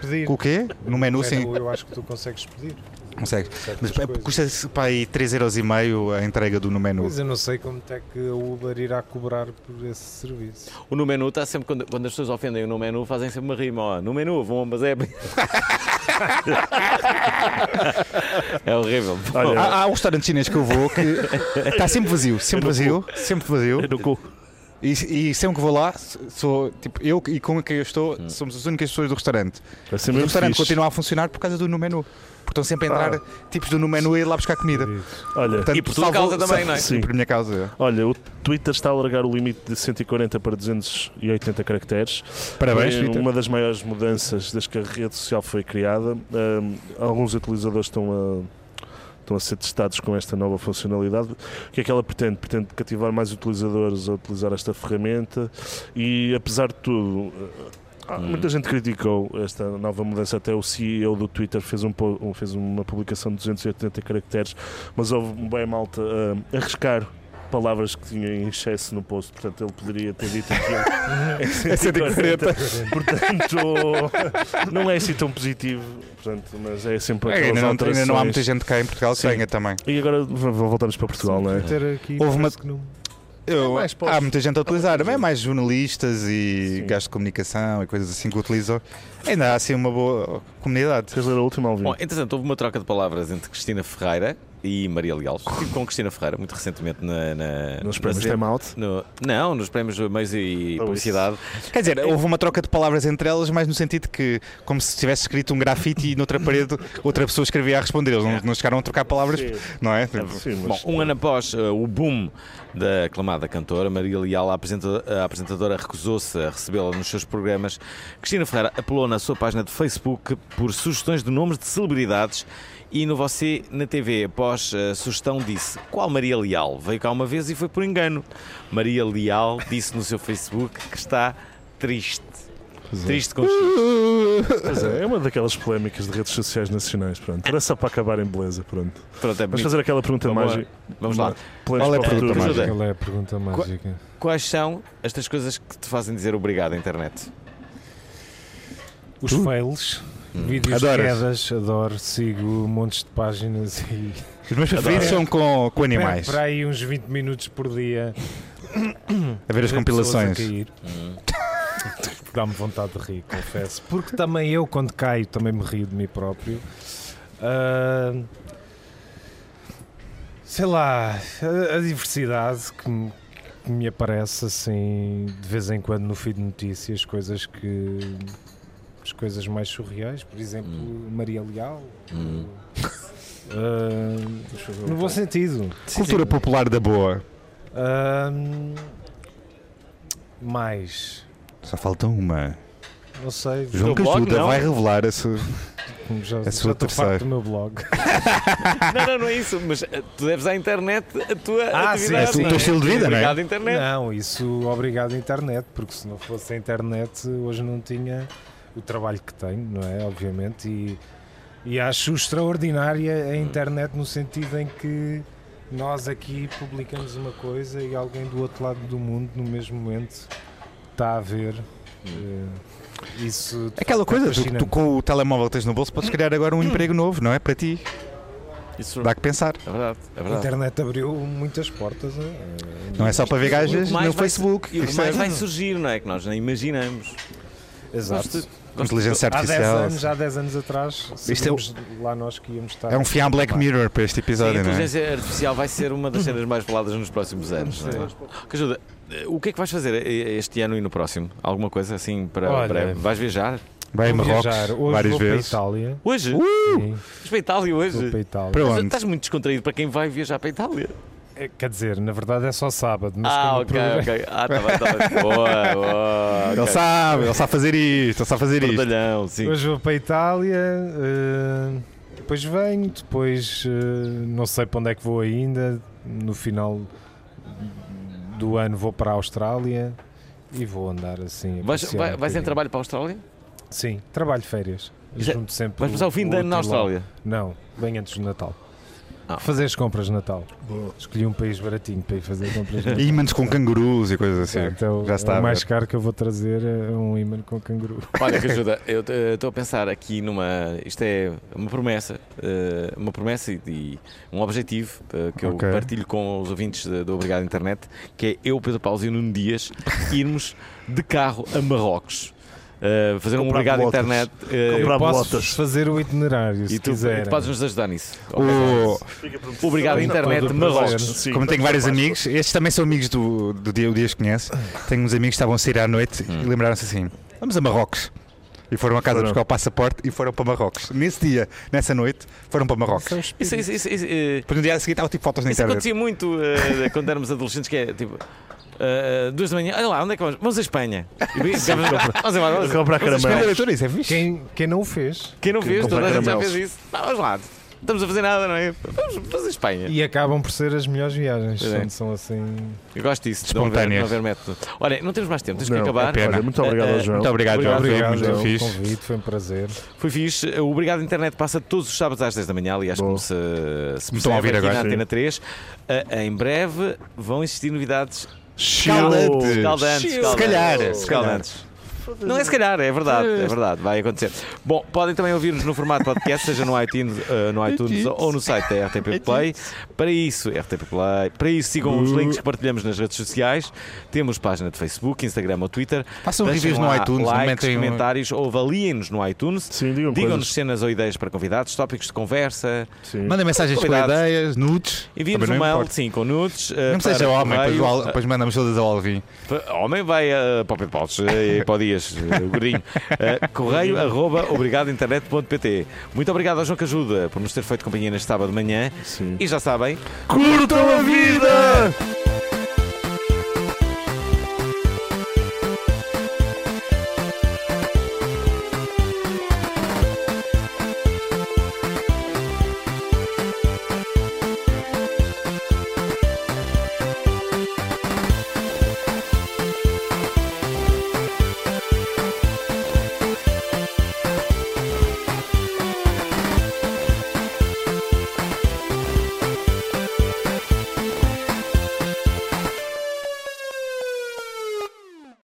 pedir.
Com o quê? No menu,
No
sim.
menu eu acho que tu consegues pedir.
Consegue. Mas é
certas
pá,
coisas.
custa para aí 3,5€ a entrega do no menu.
Mas eu não sei como é que a Uber irá cobrar por esse serviço.
O no menu está sempre. Quando, quando as pessoas ofendem o no menu, fazem sempre uma rima. Ó, no menu, vão, mas é.
[LAUGHS]
é horrível.
Olha,
Há, há um restaurante chinês que eu vou que [LAUGHS] está sempre vazio, sempre vazio, sempre vazio.
no é cu.
E, e sempre que vou lá, sou tipo, eu e com quem eu estou, somos as únicas pessoas do restaurante.
Vai ser
o
mesmo
restaurante
Hum. é fixe.
continua a funcionar por causa do no menu. Porque estão sempre a entrar tipos do no menu e ir lá buscar comida.
Olha,
Portanto,
E por tua causa também, não é?
Sim, por minha causa.
olha, o Twitter está a alargar o limite de 140 para 280 caracteres.
Parabéns,
É
Twitter.
Uma das maiores mudanças desde que a rede social foi criada. Hum, alguns utilizadores estão a, estão a ser testados com esta nova funcionalidade. O que é que ela pretende? Pretende cativar mais utilizadores a utilizar esta ferramenta e, apesar de tudo. ah, há- Muita gente criticou esta nova mudança, até o CEO do Twitter fez, um, po- um- fez uma publicação de 280 caracteres, mas houve bem malta hum, a arriscar palavras que tinha em excesso no post, portanto ele poderia ter dito
[LAUGHS]
aquilo em 140. Portanto, não é assim tão positivo, portanto, mas é sempre
É, ainda,
aquelas
não,
alterações.
ainda não há muita gente cá em Portugal que
Sim.
tenha também.
E agora v- v- voltamos para Portugal, não é?
Ter aqui,
Houve uma-
parece que não-
Eu-
mais
há
postos.
muita gente a utilizar, mas é mais jornalistas e gajos de comunicação e coisas assim que utilizam. Ainda há assim uma boa comunidade.
Queres ler a última, Alvin?
Bom, entretanto, houve uma troca de palavras entre Cristina Ferreira e Maria Leal. Estive com Cristina Ferreira muito recentemente na. na
Nos prémios
na-
Time Out.
no- Não, nos prémios Meios e
Oh,
Publicidade.
Quer dizer, houve uma troca de palavras entre elas, mas no sentido que, como se tivesse escrito um grafite e noutra parede outra pessoa escrevia a responder. Eles não, não chegaram a trocar palavras, não é?
Sim,
Bom,
mas
um ano após eh, o boom da aclamada cantora, Maria Leal, a apresenta- a apresentadora, recusou-se a recebê-la nos seus programas. Cristina Ferreira apelou na sua página de Facebook por sugestões de nomes de celebridades e no Você na TV, após a sugestão, disse: Qual Maria Leal? Veio cá uma vez e foi por engano. Maria Leal disse no seu Facebook que está triste.
é.
Triste com
pois é, é uma daquelas polémicas de redes sociais nacionais, pronto. Era só para acabar em beleza, pronto.
Pronto, é
Vamos
bonito.
fazer aquela pergunta
Vamos lá.
mágica.
Vamos lá.
Planos
Qual é a
para o
pergunta
futuro.
mágica?
Qual é a pergunta mágica?
Quais são as três coisas que te fazem dizer obrigado à internet?
Os fails, vídeos de
Adoras?
quedas, adoro, sigo montes de páginas e [LAUGHS]
Os meus preferidos são com, com animais.
Para aí uns 20 minutos por dia
A ver as
Ver pessoas a
compilações.
cair. Hum. [LAUGHS] Dá-me vontade de rir, confesso. Porque também eu, quando caio, também me rio de mim próprio. Ah, sei lá, a, a diversidade que me, que me aparece assim de vez em quando no feed de notícias, coisas que. as coisas mais surreais, por exemplo, Maria Leal.
Hum.
Ah, no bom sentido.
Cultura popular da boa.
Ah, mais.
Só falta uma.
Não sei.
João
teu blog,
Cajuda
não?
vai revelar a sua.
Como Já, já
sua
estou
terceira.
farto do meu blog.
[LAUGHS] Não, não, não é isso, mas eh, tu deves à internet a tua
Ah,
atividade.
sim, sim.
não
O teu
estilo de vida, não é?
Obrigado, internet.
Não, isso obrigado à internet, porque se não fosse a internet hoje não tinha o trabalho que tenho, não é? Obviamente. E, e acho extraordinária a internet no sentido em que nós aqui publicamos uma coisa e alguém do outro lado do mundo no mesmo momento está a ver. eh, Isso de
Aquela
facto,
coisa,
é
tu, tu
fascinante.
com o telemóvel que tens no bolso [LAUGHS] podes criar agora um emprego novo, não é? Para ti.
Isso
Dá que pensar.
é verdade, é
A
verdade.
internet abriu muitas portas. não é?
Não é só para ver gajas
mais
no
vai-
Facebook.
E o que
Isto é-
mais vai surgir, não é? Que nós nem imaginamos.
Exato.
Inteligência
Há 10
é artificial.
anos, há 10 anos atrás,
Isto é o-
sabíamos lá nós que íamos estar.
É um fiam Black Mirror para este
Sim, a
episódio, não é?
inteligência artificial vai ser uma
[LAUGHS]
das cenas mais faladas nos próximos anos. não é? Que ajuda. eh, O que é que vais fazer eh, este ano e no próximo? Alguma coisa assim para,
Olha,
para- Vais viajar?
Vai a
Vou
Marrocos
viajar. Hoje
várias
vou
vezes. Uh!
para a Itália.
Hoje?
Sim,
Vais para a Itália
Uh! vou
hoje?
para a Itália.
Para
Mas
onde?
Estás muito descontraído para quem vai viajar para a Itália.
É, Quer dizer, na verdade é só sábado, mas
ah,
como o
ok,
programa-
ok. Ah, tá bem, tá bem. Boa, boa.
Ele
ok.
sabe, ele sabe fazer isto, ele sabe fazer isto.
Perdalhão, sim.
hoje vou para a Itália, eh, depois venho, depois eh, não sei para onde é que vou ainda. No final do ano vou para a Austrália e vou andar assim. a
Vais,
passear
vai,
um
vais em
bocadinho.
trabalho para a Austrália?
Sim, trabalho de férias.
Já-
Junto sempre
Vais passar o fim de ano na
útil ao-
Austrália?
Não, bem antes do Natal.
Ah.
Fazer as compras de Natal. Escolhi um país baratinho para ir fazer
[LAUGHS]
compras de Natal.
E Ímãs com cangurus e coisas assim.
Então,
já está a
o mais
ver.
caro que eu vou trazer é um imã com canguru.
Olha, que ajuda. Eu eh, estou a pensar aqui numa. Isto é uma promessa. eh, uma promessa e, e um objetivo eh, que eu
Ok.
partilho com os ouvintes de- do Obrigado Internet, que é eu, Pedro Paulo e o Nuno Dias irmos de carro a Marrocos. eh, fazer um
Comprar
Obrigado
botas.
Internet. eh,
Comprar
Posso
bolotas.
fazer o itinerário
e
se
tu,
quiser.
tu podes nos ajudar nisso.
O-
Obrigado, internet, Marrocos.
Sim,
como tenho vários
faz-
amigos, estes também são amigos do, do dia, o Dias conhece. Tenho uns amigos que estavam a sair à noite e lembraram-se assim: vamos a Marrocos. E foram a casa
Foram.
buscar o passaporte e foram para Marrocos. Nesse dia, nessa noite, foram para Marrocos.
Isso, isso, isso, isso, eh,
Depois no dia a seguir estava tipo fotos na
Isso
internet.
acontecia muito eh, quando éramos adolescentes, que é tipo. eh, duas da manhã, olha lá, onde é que vamos? Vamos à Espanha. E
[LAUGHS]
vi- vamos embora, vamos embora. vamos embora.
Comprar caramelo.
leitura, isso é fixe.
Quem, quem não o fez
Quem não fez,
comprar
toda a gente já
caramelos.
fez isso. Pá, vamos lá, estamos a fazer nada, não é? Vamos fazer Espanha.
e acabam por ser as melhores viagens.
Pois é.
Quando são assim.
Eu gosto disso, de não haver,
Espontâneas. é
não haver método. Olha, não temos mais tempo, temos que
Não, é
acabar.
pena.
Olha, muito obrigado
Eh,
ao
eh,
João.
Muito obrigado, João. Foi
Obrigado
muito
pelo
fixe.
convite, foi um prazer.
Foi fixe. O Obrigado Internet passa todos os sábados às 10 da manhã, aliás,
Bom.
como se, se percebe
estão a ouvir
aqui
agora,
na
sim.
Antena 3. Eh, em breve vão existir novidades
Escalante.
Escaldantes,
Se calhar.
escaldantes. Escaldantes. Não é se calhar, é verdade, é verdade, vai acontecer. Bom, podem também ouvir-nos no formato podcast, seja no iTunes, eh,
[LAUGHS]
no iTunes ou no site da RTP Play. Para isso, RTP Play, para isso sigam
Uh.
os links que partilhamos nas redes sociais. Temos página de Facebook, Instagram ou Twitter.
Façam
Deixem
reviews no
lá
iTunes, não
likes,
metem um-
comentários ou avaliem-nos no iTunes.
Sim, digam
Digam-nos
coisas.
cenas ou ideias para convidados, tópicos de conversa.
Sim.
Mandem mensagens com
Cuidado.
ideias, nudes.
Enviem-nos um
Também não
mail,
importa.
sim, com nudes. eh,
Não seja
para
homem, depois,
correio,
o Al- depois mandamos todas ao Alvin.
Pa- Homem vai a para o Pedro Paulo, eh, e para o Dias, eh, o gordinho. Eh, correio arroba obrigadointernet.pt. Muito obrigado ao João Cajuda por nos ter feito companhia neste sábado de manhã.
Sim.
E já sabem,
Curtam a vida!